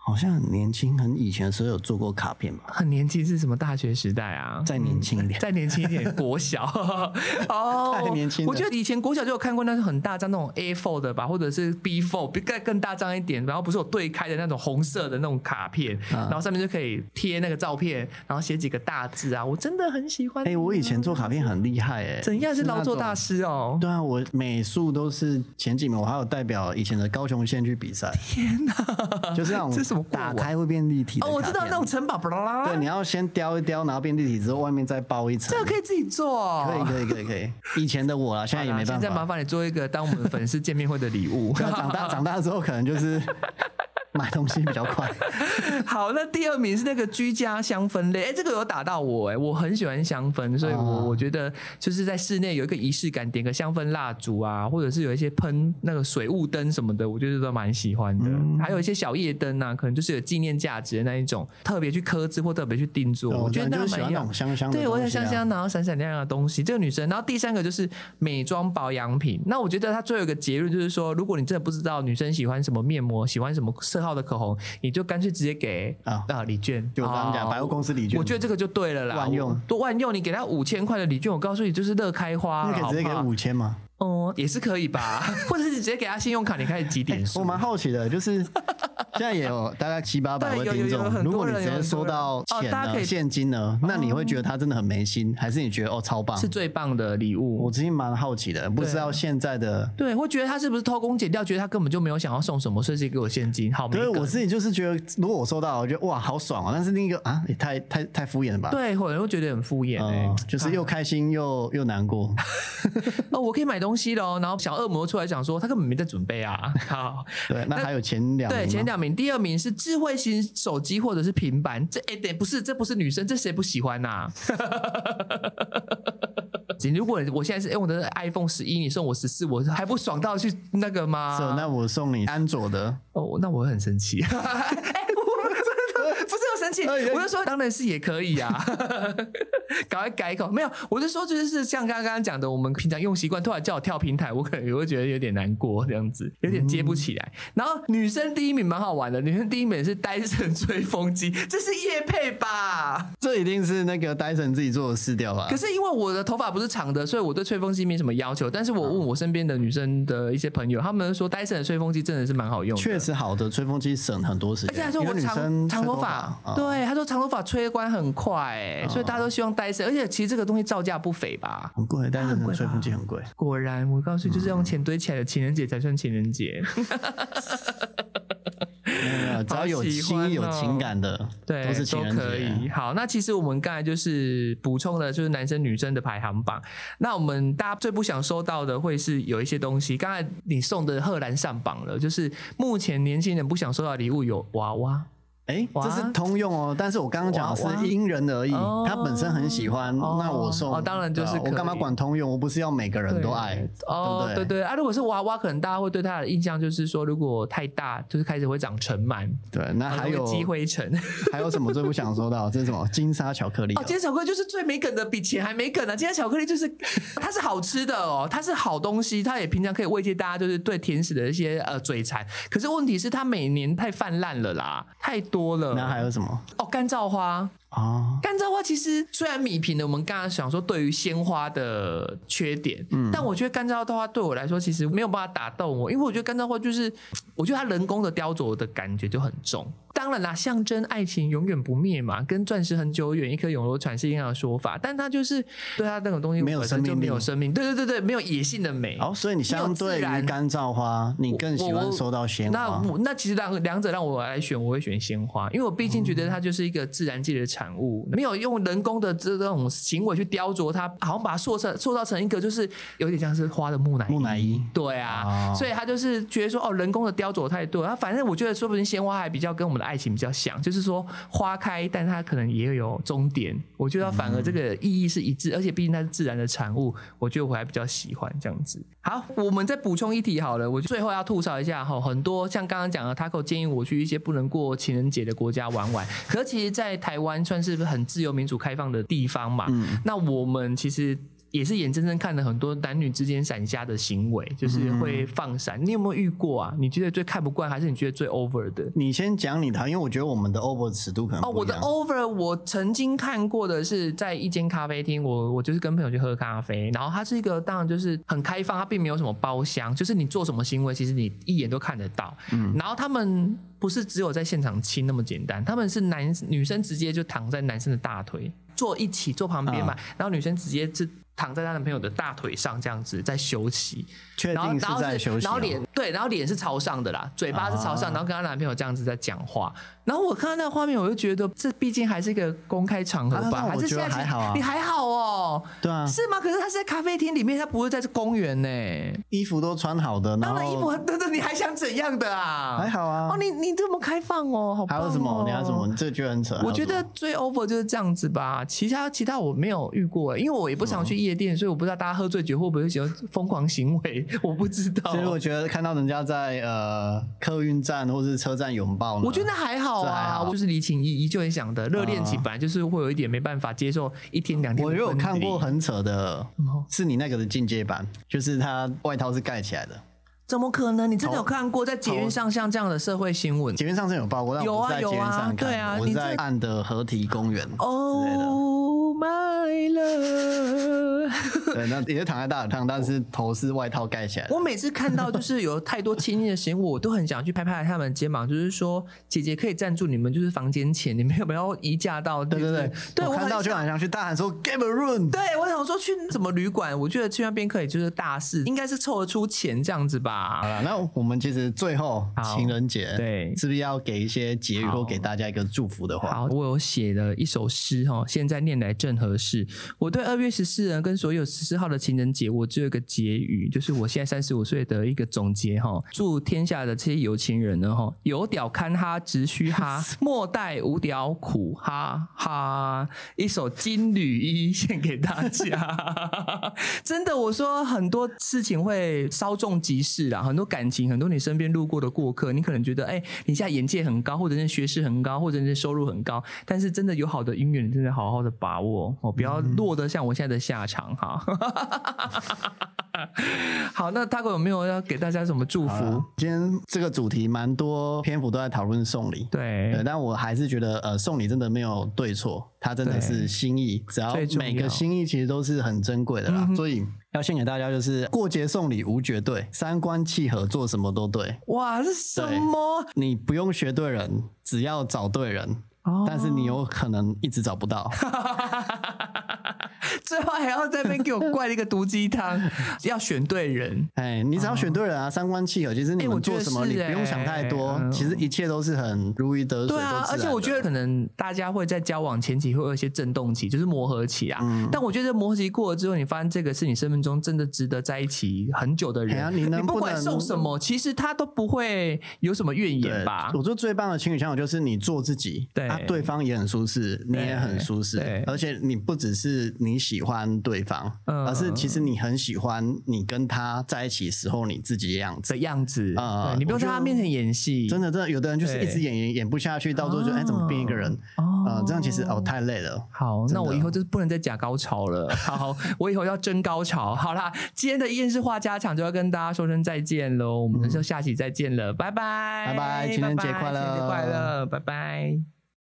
B: 好像很年轻，很以前的时候有做过卡片吧，
A: 很年轻，是什么大学时代啊？
B: 再年轻一点。
A: 再年轻一 点，国小哦，
B: 太年轻了
A: 我觉得以前国小就有看过，那是很大张那种 A4 的吧，或者是 B4，比更更大张一点，然后不是有对开的那种红色的那种卡片，
B: 啊
A: 然后上面就可以贴那个照片，然后写几个大字啊，我真的很喜欢。
B: 哎、我以前做卡片很厉害哎、
A: 怎样是劳作
B: 那种
A: 大师哦？
B: 对啊，我美术都是前几名，我还有代表以前的高雄县去比赛。天哪，就是那种
A: 这是什么过
B: 打
A: 往
B: 开会变立体的
A: 哦，我知道
B: 卡片
A: 那种城堡，巴拉巴
B: 对，
A: 拉
B: 你要先雕一雕，然后变立体之后，外面再包一层
A: 这。个可以自己做哦。
B: 可以可以可以可以。以前的我啦，啊现在也没办
A: 现在麻
B: 法。
A: 烦你做一个当我们粉丝见面会的礼 物。
B: 对啊长大长大之后，可能就是 买东西比较快。
A: 好，那第二名是那个居家香氛类，哎、这个有打到我哎、我很喜欢香氛，所以我、
B: 哦
A: 我觉得就是在室内有一个仪式感，点个香氛蜡烛啊，或者是有一些喷那个水雾灯什么的，我觉得都蛮喜欢的。
B: 嗯
A: 还有一些小夜灯啊，可能就是有纪念价值的那一种，特别去刻制或特别去定做，
B: 对
A: 我觉得
B: 可
A: 那
B: 能
A: 个
B: 哦就是喜
A: 蛮
B: 欢那
A: 有
B: 种。香香的、啊
A: 对，我也香香，。然后闪闪亮亮的东西。这个女生，然后第三个就是美妆保养品。那我觉得她最后一个结论就是说，如果你真的不知道女生喜欢什么面膜，喜欢什么色号的口红，你就干脆直接给
B: 啊
A: 啊礼券。
B: 就我刚刚讲，
A: 哦
B: 百货公司礼券，
A: 我觉得这个就对了啦，
B: 万用
A: 我多万用，你给她五千块的礼券，我告诉你就是乐开花
B: 那
A: 了，
B: 可以直接给
A: 好不好
B: 五千 吗？ 哎
A: 哦，也是可以吧，或者是直接给她信用卡，你开始几点数？
B: 我蛮好奇的，就是现在也有大概七八百
A: 对
B: 位
A: 有
B: 听
A: 有有
B: 众。
A: 很
B: 如
A: 多
B: 果你
A: 人
B: 直
A: 有
B: 接
A: 很
B: 收
A: 多人
B: 到
A: 哦
B: 钱
A: 大家可
B: 了、
A: 以
B: 现金了，那你会觉得他真的很没心，还哦是你觉得哦超棒？
A: 是最棒的礼
B: 我
A: 物。
B: 最近蛮好奇的，不知道现在的。
A: 对，会觉得他是不是偷工减料，觉得他根本就没有想要送什么，所以直接给我现金，好没
B: 对，
A: 梗
B: 我自己就是觉得，如果我收到，我觉得哇，好爽哦！但是另一个啊，也太太太敷衍了吧？，
A: 对，或者会觉得很敷衍、欸
B: 嗯， 就是又开心又又难 过。
A: 哦，我可以买东西了哦，然后小恶魔出来讲说他根本没在准备 啊。好，
B: 对，那还有前两名
A: 对，
B: 吗
A: 前两名，第二名是智慧型手机或者是平板，这哎对，不是，这不是女生，这谁不喜欢 呐、仅如果我现在是用的 iPhone 十一，你送我十四，我还不爽到去那个吗？
B: 是哦那我送你安卓的，
A: 哦，那我会很生 气。哎，我真 的不是有生气，
B: 哎哎
A: 我就说当然是也可以啊， 赶快改口。没有，我是说就是像刚刚讲的，我们平常用习惯，突然叫我跳平台，我可能也会觉得有点难过，这样子有点接不起来。然后女生第一名蛮好玩的，女生第一名是单身吹风机，这是叶配吧？
B: 这一定是那个戴森自己做的试调吧
A: 可？是因为我的头发不是长的，所以我对吹风机没什么要求。但是我问我身边的女生的一些朋友，她们说戴森的吹风机真的是蛮好用的。
B: 确实好的吹风机省很多时
A: 而且
B: 间，
A: 他
B: 因
A: 说
B: 为
A: 我
B: 女
A: 长
B: 生
A: 长
B: 吹
A: 头
B: 头
A: 发，
B: 啊哦
A: 对，他说长头发吹光很快、哎、所以大家都希望戴森，而且其实这个东西造价不菲吧。
B: 很贵，但是
A: 贵吧
B: 吹风机很贵。
A: 果然，我告诉你，就是
B: 嗯
A: 用钱堆起来的情人节才算情人节。
B: 没有没有啊只要有
A: 喜欢哦
B: 心有情感的，
A: 对，
B: 都是情人
A: 可以。
B: 节。啊
A: 好，那其实我们刚才就是补充了，就是男生女生的排行榜。那我们大家最不想收到的会是有一些东西，刚才你送的赫然上榜了，就是目前年轻人不想收到的礼物有娃娃。
B: 哎，
A: 哇
B: 这是通用哦，但是我刚刚讲
A: 哇
B: 的
A: 哇
B: 是因人而异
A: 哦，
B: 他本身很喜欢，
A: 哦
B: 那我送
A: 哦当然就是
B: 对啊
A: 可以
B: 我干嘛管通用？我不是要每个人都爱，对
A: 哦，
B: 不
A: 对？对啊，如果是娃娃，可能大家会对它的印象就是说，如果太大，就是开始会长尘螨，
B: 对，那还
A: 然
B: 有
A: 后会积灰尘。
B: 还有什么最不想收到？这是什么？金沙巧克力
A: 哦，
B: 啊
A: 今天巧克力就是最没梗的，比钱还没梗呢、啊。今天巧克力就是它是好吃的哦，它是好东西，它也平常可以慰藉大家就是对甜食的一些呃嘴馋。可是问题是它每年太泛滥了啦，太多
B: 那还
A: 了。
B: 有什么
A: 哦，干燥花，
B: 啊？
A: 干燥花其实虽然米平的，我们刚刚想说对于鲜花的缺点，
B: 嗯
A: 但我觉得干燥花对我来说其实没有办法打动我，因为我觉得干燥花就是，我觉得它人工的雕琢的感觉就很重。当然啦，象征爱情永远不灭嘛，跟钻石很久远，一颗永流传是一样的说法，但它就是对它那种东西
B: 没有
A: 本身
B: 生
A: 就
B: 命
A: 没有
B: 力
A: 生命，对对对对，没有野性的美。
B: 哦，所以你相对
A: 没有自然
B: 于干燥花，你更喜
A: 我
B: 欢
A: 我
B: 收到鲜
A: 那
B: 花。
A: 我那其实两两者让我来选，我会选鲜花，因为我毕竟
B: 哦
A: 觉得它就是一个自然界的产物，没有用人工的这种行为去雕琢它，好像把它塑造塑造成一个就是有点像是花的木乃伊
B: 木乃伊
A: 对啊，
B: 哦
A: 所以他就是觉得说，哦，人工的雕琢太多。他反正我觉得，说不定鲜花还比较跟我们的爱情比较像，就是说花开，但它可能也有终点。我觉得反而这个意义是一致，而且毕竟它是自然的产物，我觉得我还比较喜欢这样子。好，我们再补充一题好了，我最后要吐槽一下哈，很多像刚刚讲的，Taco 建议我去一些不能过情人节的国家玩玩，可是其实，在台湾算是很自由民主开放的地方嘛，那我们其实也是眼睁睁看了很多男女之间闪瞎的行为，就是会放闪。你有没有遇过啊？你觉得最看不惯，还是你觉得最 over 的？
B: 你先讲你的，因为我觉得我们的 over 尺度可能
A: 哦，
B: 不
A: 我
B: 一
A: 的
B: 样。
A: over 我曾经看过的是在一间咖啡厅，我我就是跟朋友去喝咖啡，然后它是一个当然就是很开放，它并没有什么包厢，就是你做什么行为，其实你一眼都看得到。
B: 嗯
A: 然后他们不是只有在现场亲那么简单，他们是男女生直接就躺在男生的大腿坐一起坐旁边嘛，
B: 嗯
A: 然后女生直接是躺在她男朋友的大腿上这样子在休息。
B: 确
A: 然后
B: 定
A: 然后
B: 在休息哦，
A: 然后脸对，然后脸是朝上的啦，嘴巴是朝上，
B: 啊
A: 然后跟她男朋友这样子在讲话。然后我看到那个画面，我就觉得这毕竟还是一个公开场合吧，
B: 啊那我
A: 还是
B: 觉
A: 现
B: 得
A: 在其实
B: 还好啊
A: 你还好哦，
B: 对啊，
A: 是吗？可是他是在咖啡厅里面，他不是在公园呢、
B: 衣服都穿好的，然
A: 当然，衣服
B: 后
A: 很等等，你还想怎样的啊？
B: 还好啊
A: 哦，。你你这么开放哦，好棒
B: 还
A: 哦、
B: 有什么？你还有什么？？你这个觉得很扯。
A: 我觉
B: 还
A: 得
B: 有什么
A: 最 over 就是这样子吧，其他其他我没有遇过、因为我也不常去夜店，所以我不知道大家喝醉酒会不会喜欢疯狂行为， 我不知道。
B: 其实我觉得看到人家在呃客运站或是车站拥抱呢，
A: 我觉得那还好
B: 这还
A: 啊，
B: 好
A: 就是离情依依，就很想的热恋期
B: 啊
A: 本来就是会有一点没办法接受一天两天。
B: 我有看过，很扯的
A: 么，
B: 是你那个的进阶版，就是他外套是盖起来的。
A: 怎么可能？你真的有看过在捷运上像这样的社会新闻？
B: 捷运上是有报过，但
A: 有
B: 我
A: 啊
B: 不是在
A: 有
B: 捷运
A: 啊
B: 上看的，
A: 对啊
B: 我
A: 你
B: 是
A: 这哦
B: 在岸哦的河堤公园之类的。
A: Oh my love，
B: 对，那也是躺在大澡堂，但是头是外套盖起来的。
A: 我每次看到就是有太多亲密的行为，我都很想去拍拍他们的肩膀，就是说姐姐可以赞助你们，就是房间钱，你们要不要移驾到？
B: 对对对，
A: 对
B: 我看到
A: 很
B: 就
A: 想
B: 很想去大喊说 “Give a room”。
A: 对我想说去什么旅馆，我觉得去那边可以就是大事，应该是凑得出钱这样子
B: 好
A: 吧。
B: 了，啊那我们其实最后
A: 好
B: 情人节，
A: 对
B: 是不是要给一些结语
A: 好
B: 或给大家一个祝福的话？
A: 好，我有写了一首诗哈，现在念来正合适。我对二月十四人跟所有十四号的情人节，我只有一个结语，就是我现在三十五岁的一个总结哈。祝天下的这些有情人呢哈，有屌看哈，直须哈，莫待无屌苦哈哈。一首金缕衣献给大 家。真的，我说很多事情会稍纵即逝啦，很多感情，很多你身边路过的过客，你可能觉得，哎、你现在眼界很高，或者是学识很高，或者是收入很高，但是真的有好的姻缘，你真的好好的把握哦，不要落得像我现在的下场 哈。好，那大哥有没有要给大家什么祝
B: 好啦
A: 福？
B: 今天这个主题蛮多篇幅都在讨论送礼，对，
A: 对，
B: 但我还是觉得，呃，送礼真的没有对错，它真的
A: 对
B: 是心意，只要嗯
A: 最重
B: 每个
A: 要
B: 心意其实都是很珍贵的啦，所以要献给大家就是过节送礼无绝对，三观契合做什么都对，
A: 哇，是什么？
B: 你不用学对人，只要找对人，
A: 哦
B: 但是你有可能一直找不到，
A: 最后还要在那边给我灌一个毒鸡 汤，要选对人。
B: 哎，你只要选对人啊，三观契合，其实
A: 哦
B: 你
A: 哎我
B: 们
A: 觉
B: 做
A: 得
B: 什么
A: 是
B: 你不用
A: 哎
B: 想太多
A: 嗯，
B: 其实一切都是很如鱼得水，
A: 对啊，
B: 都自
A: 而且
B: 然
A: 我
B: 的
A: 觉得可能大家会在交往前期会有一些震动期，就是磨合期啊。
B: 嗯
A: 但我觉得磨合期过了之后，你发现这个是你生命中真的值得在一起很久的人，
B: 哎呀你能
A: 不
B: 不
A: 管
B: 能嗯
A: 送什么，其实他都不会有什么怨言
B: 对
A: 吧
B: 我？觉得最棒的情侣相处就是你做自己，
A: 对
B: 啊，对方也很舒适，你也很舒适
A: 对，
B: 而且你不只是你喜欢对方，
A: 嗯
B: 而是其实你很喜欢你跟他在一起时候你自己的样子
A: 的。样子
B: 啊
A: 对你不用
B: 我
A: 在
B: 就
A: 他面前演戏，
B: 真
A: 的
B: 的，真的，有的人就是一直
A: 对
B: 演演演不下去，到最后就哎怎么变一个人？
A: 哦、
B: 啊，这样其实哦太累了。
A: 好，
B: 真
A: 那我
B: 的哦
A: 以后就是不能再假高潮了。好，我以后要真高潮。好啦，今天的厌世话家常就要跟大家说声再见喽，我们就下期再见了，拜拜，
B: 嗯拜拜情人节快
A: 情人节快
B: 乐
A: 乐，拜拜。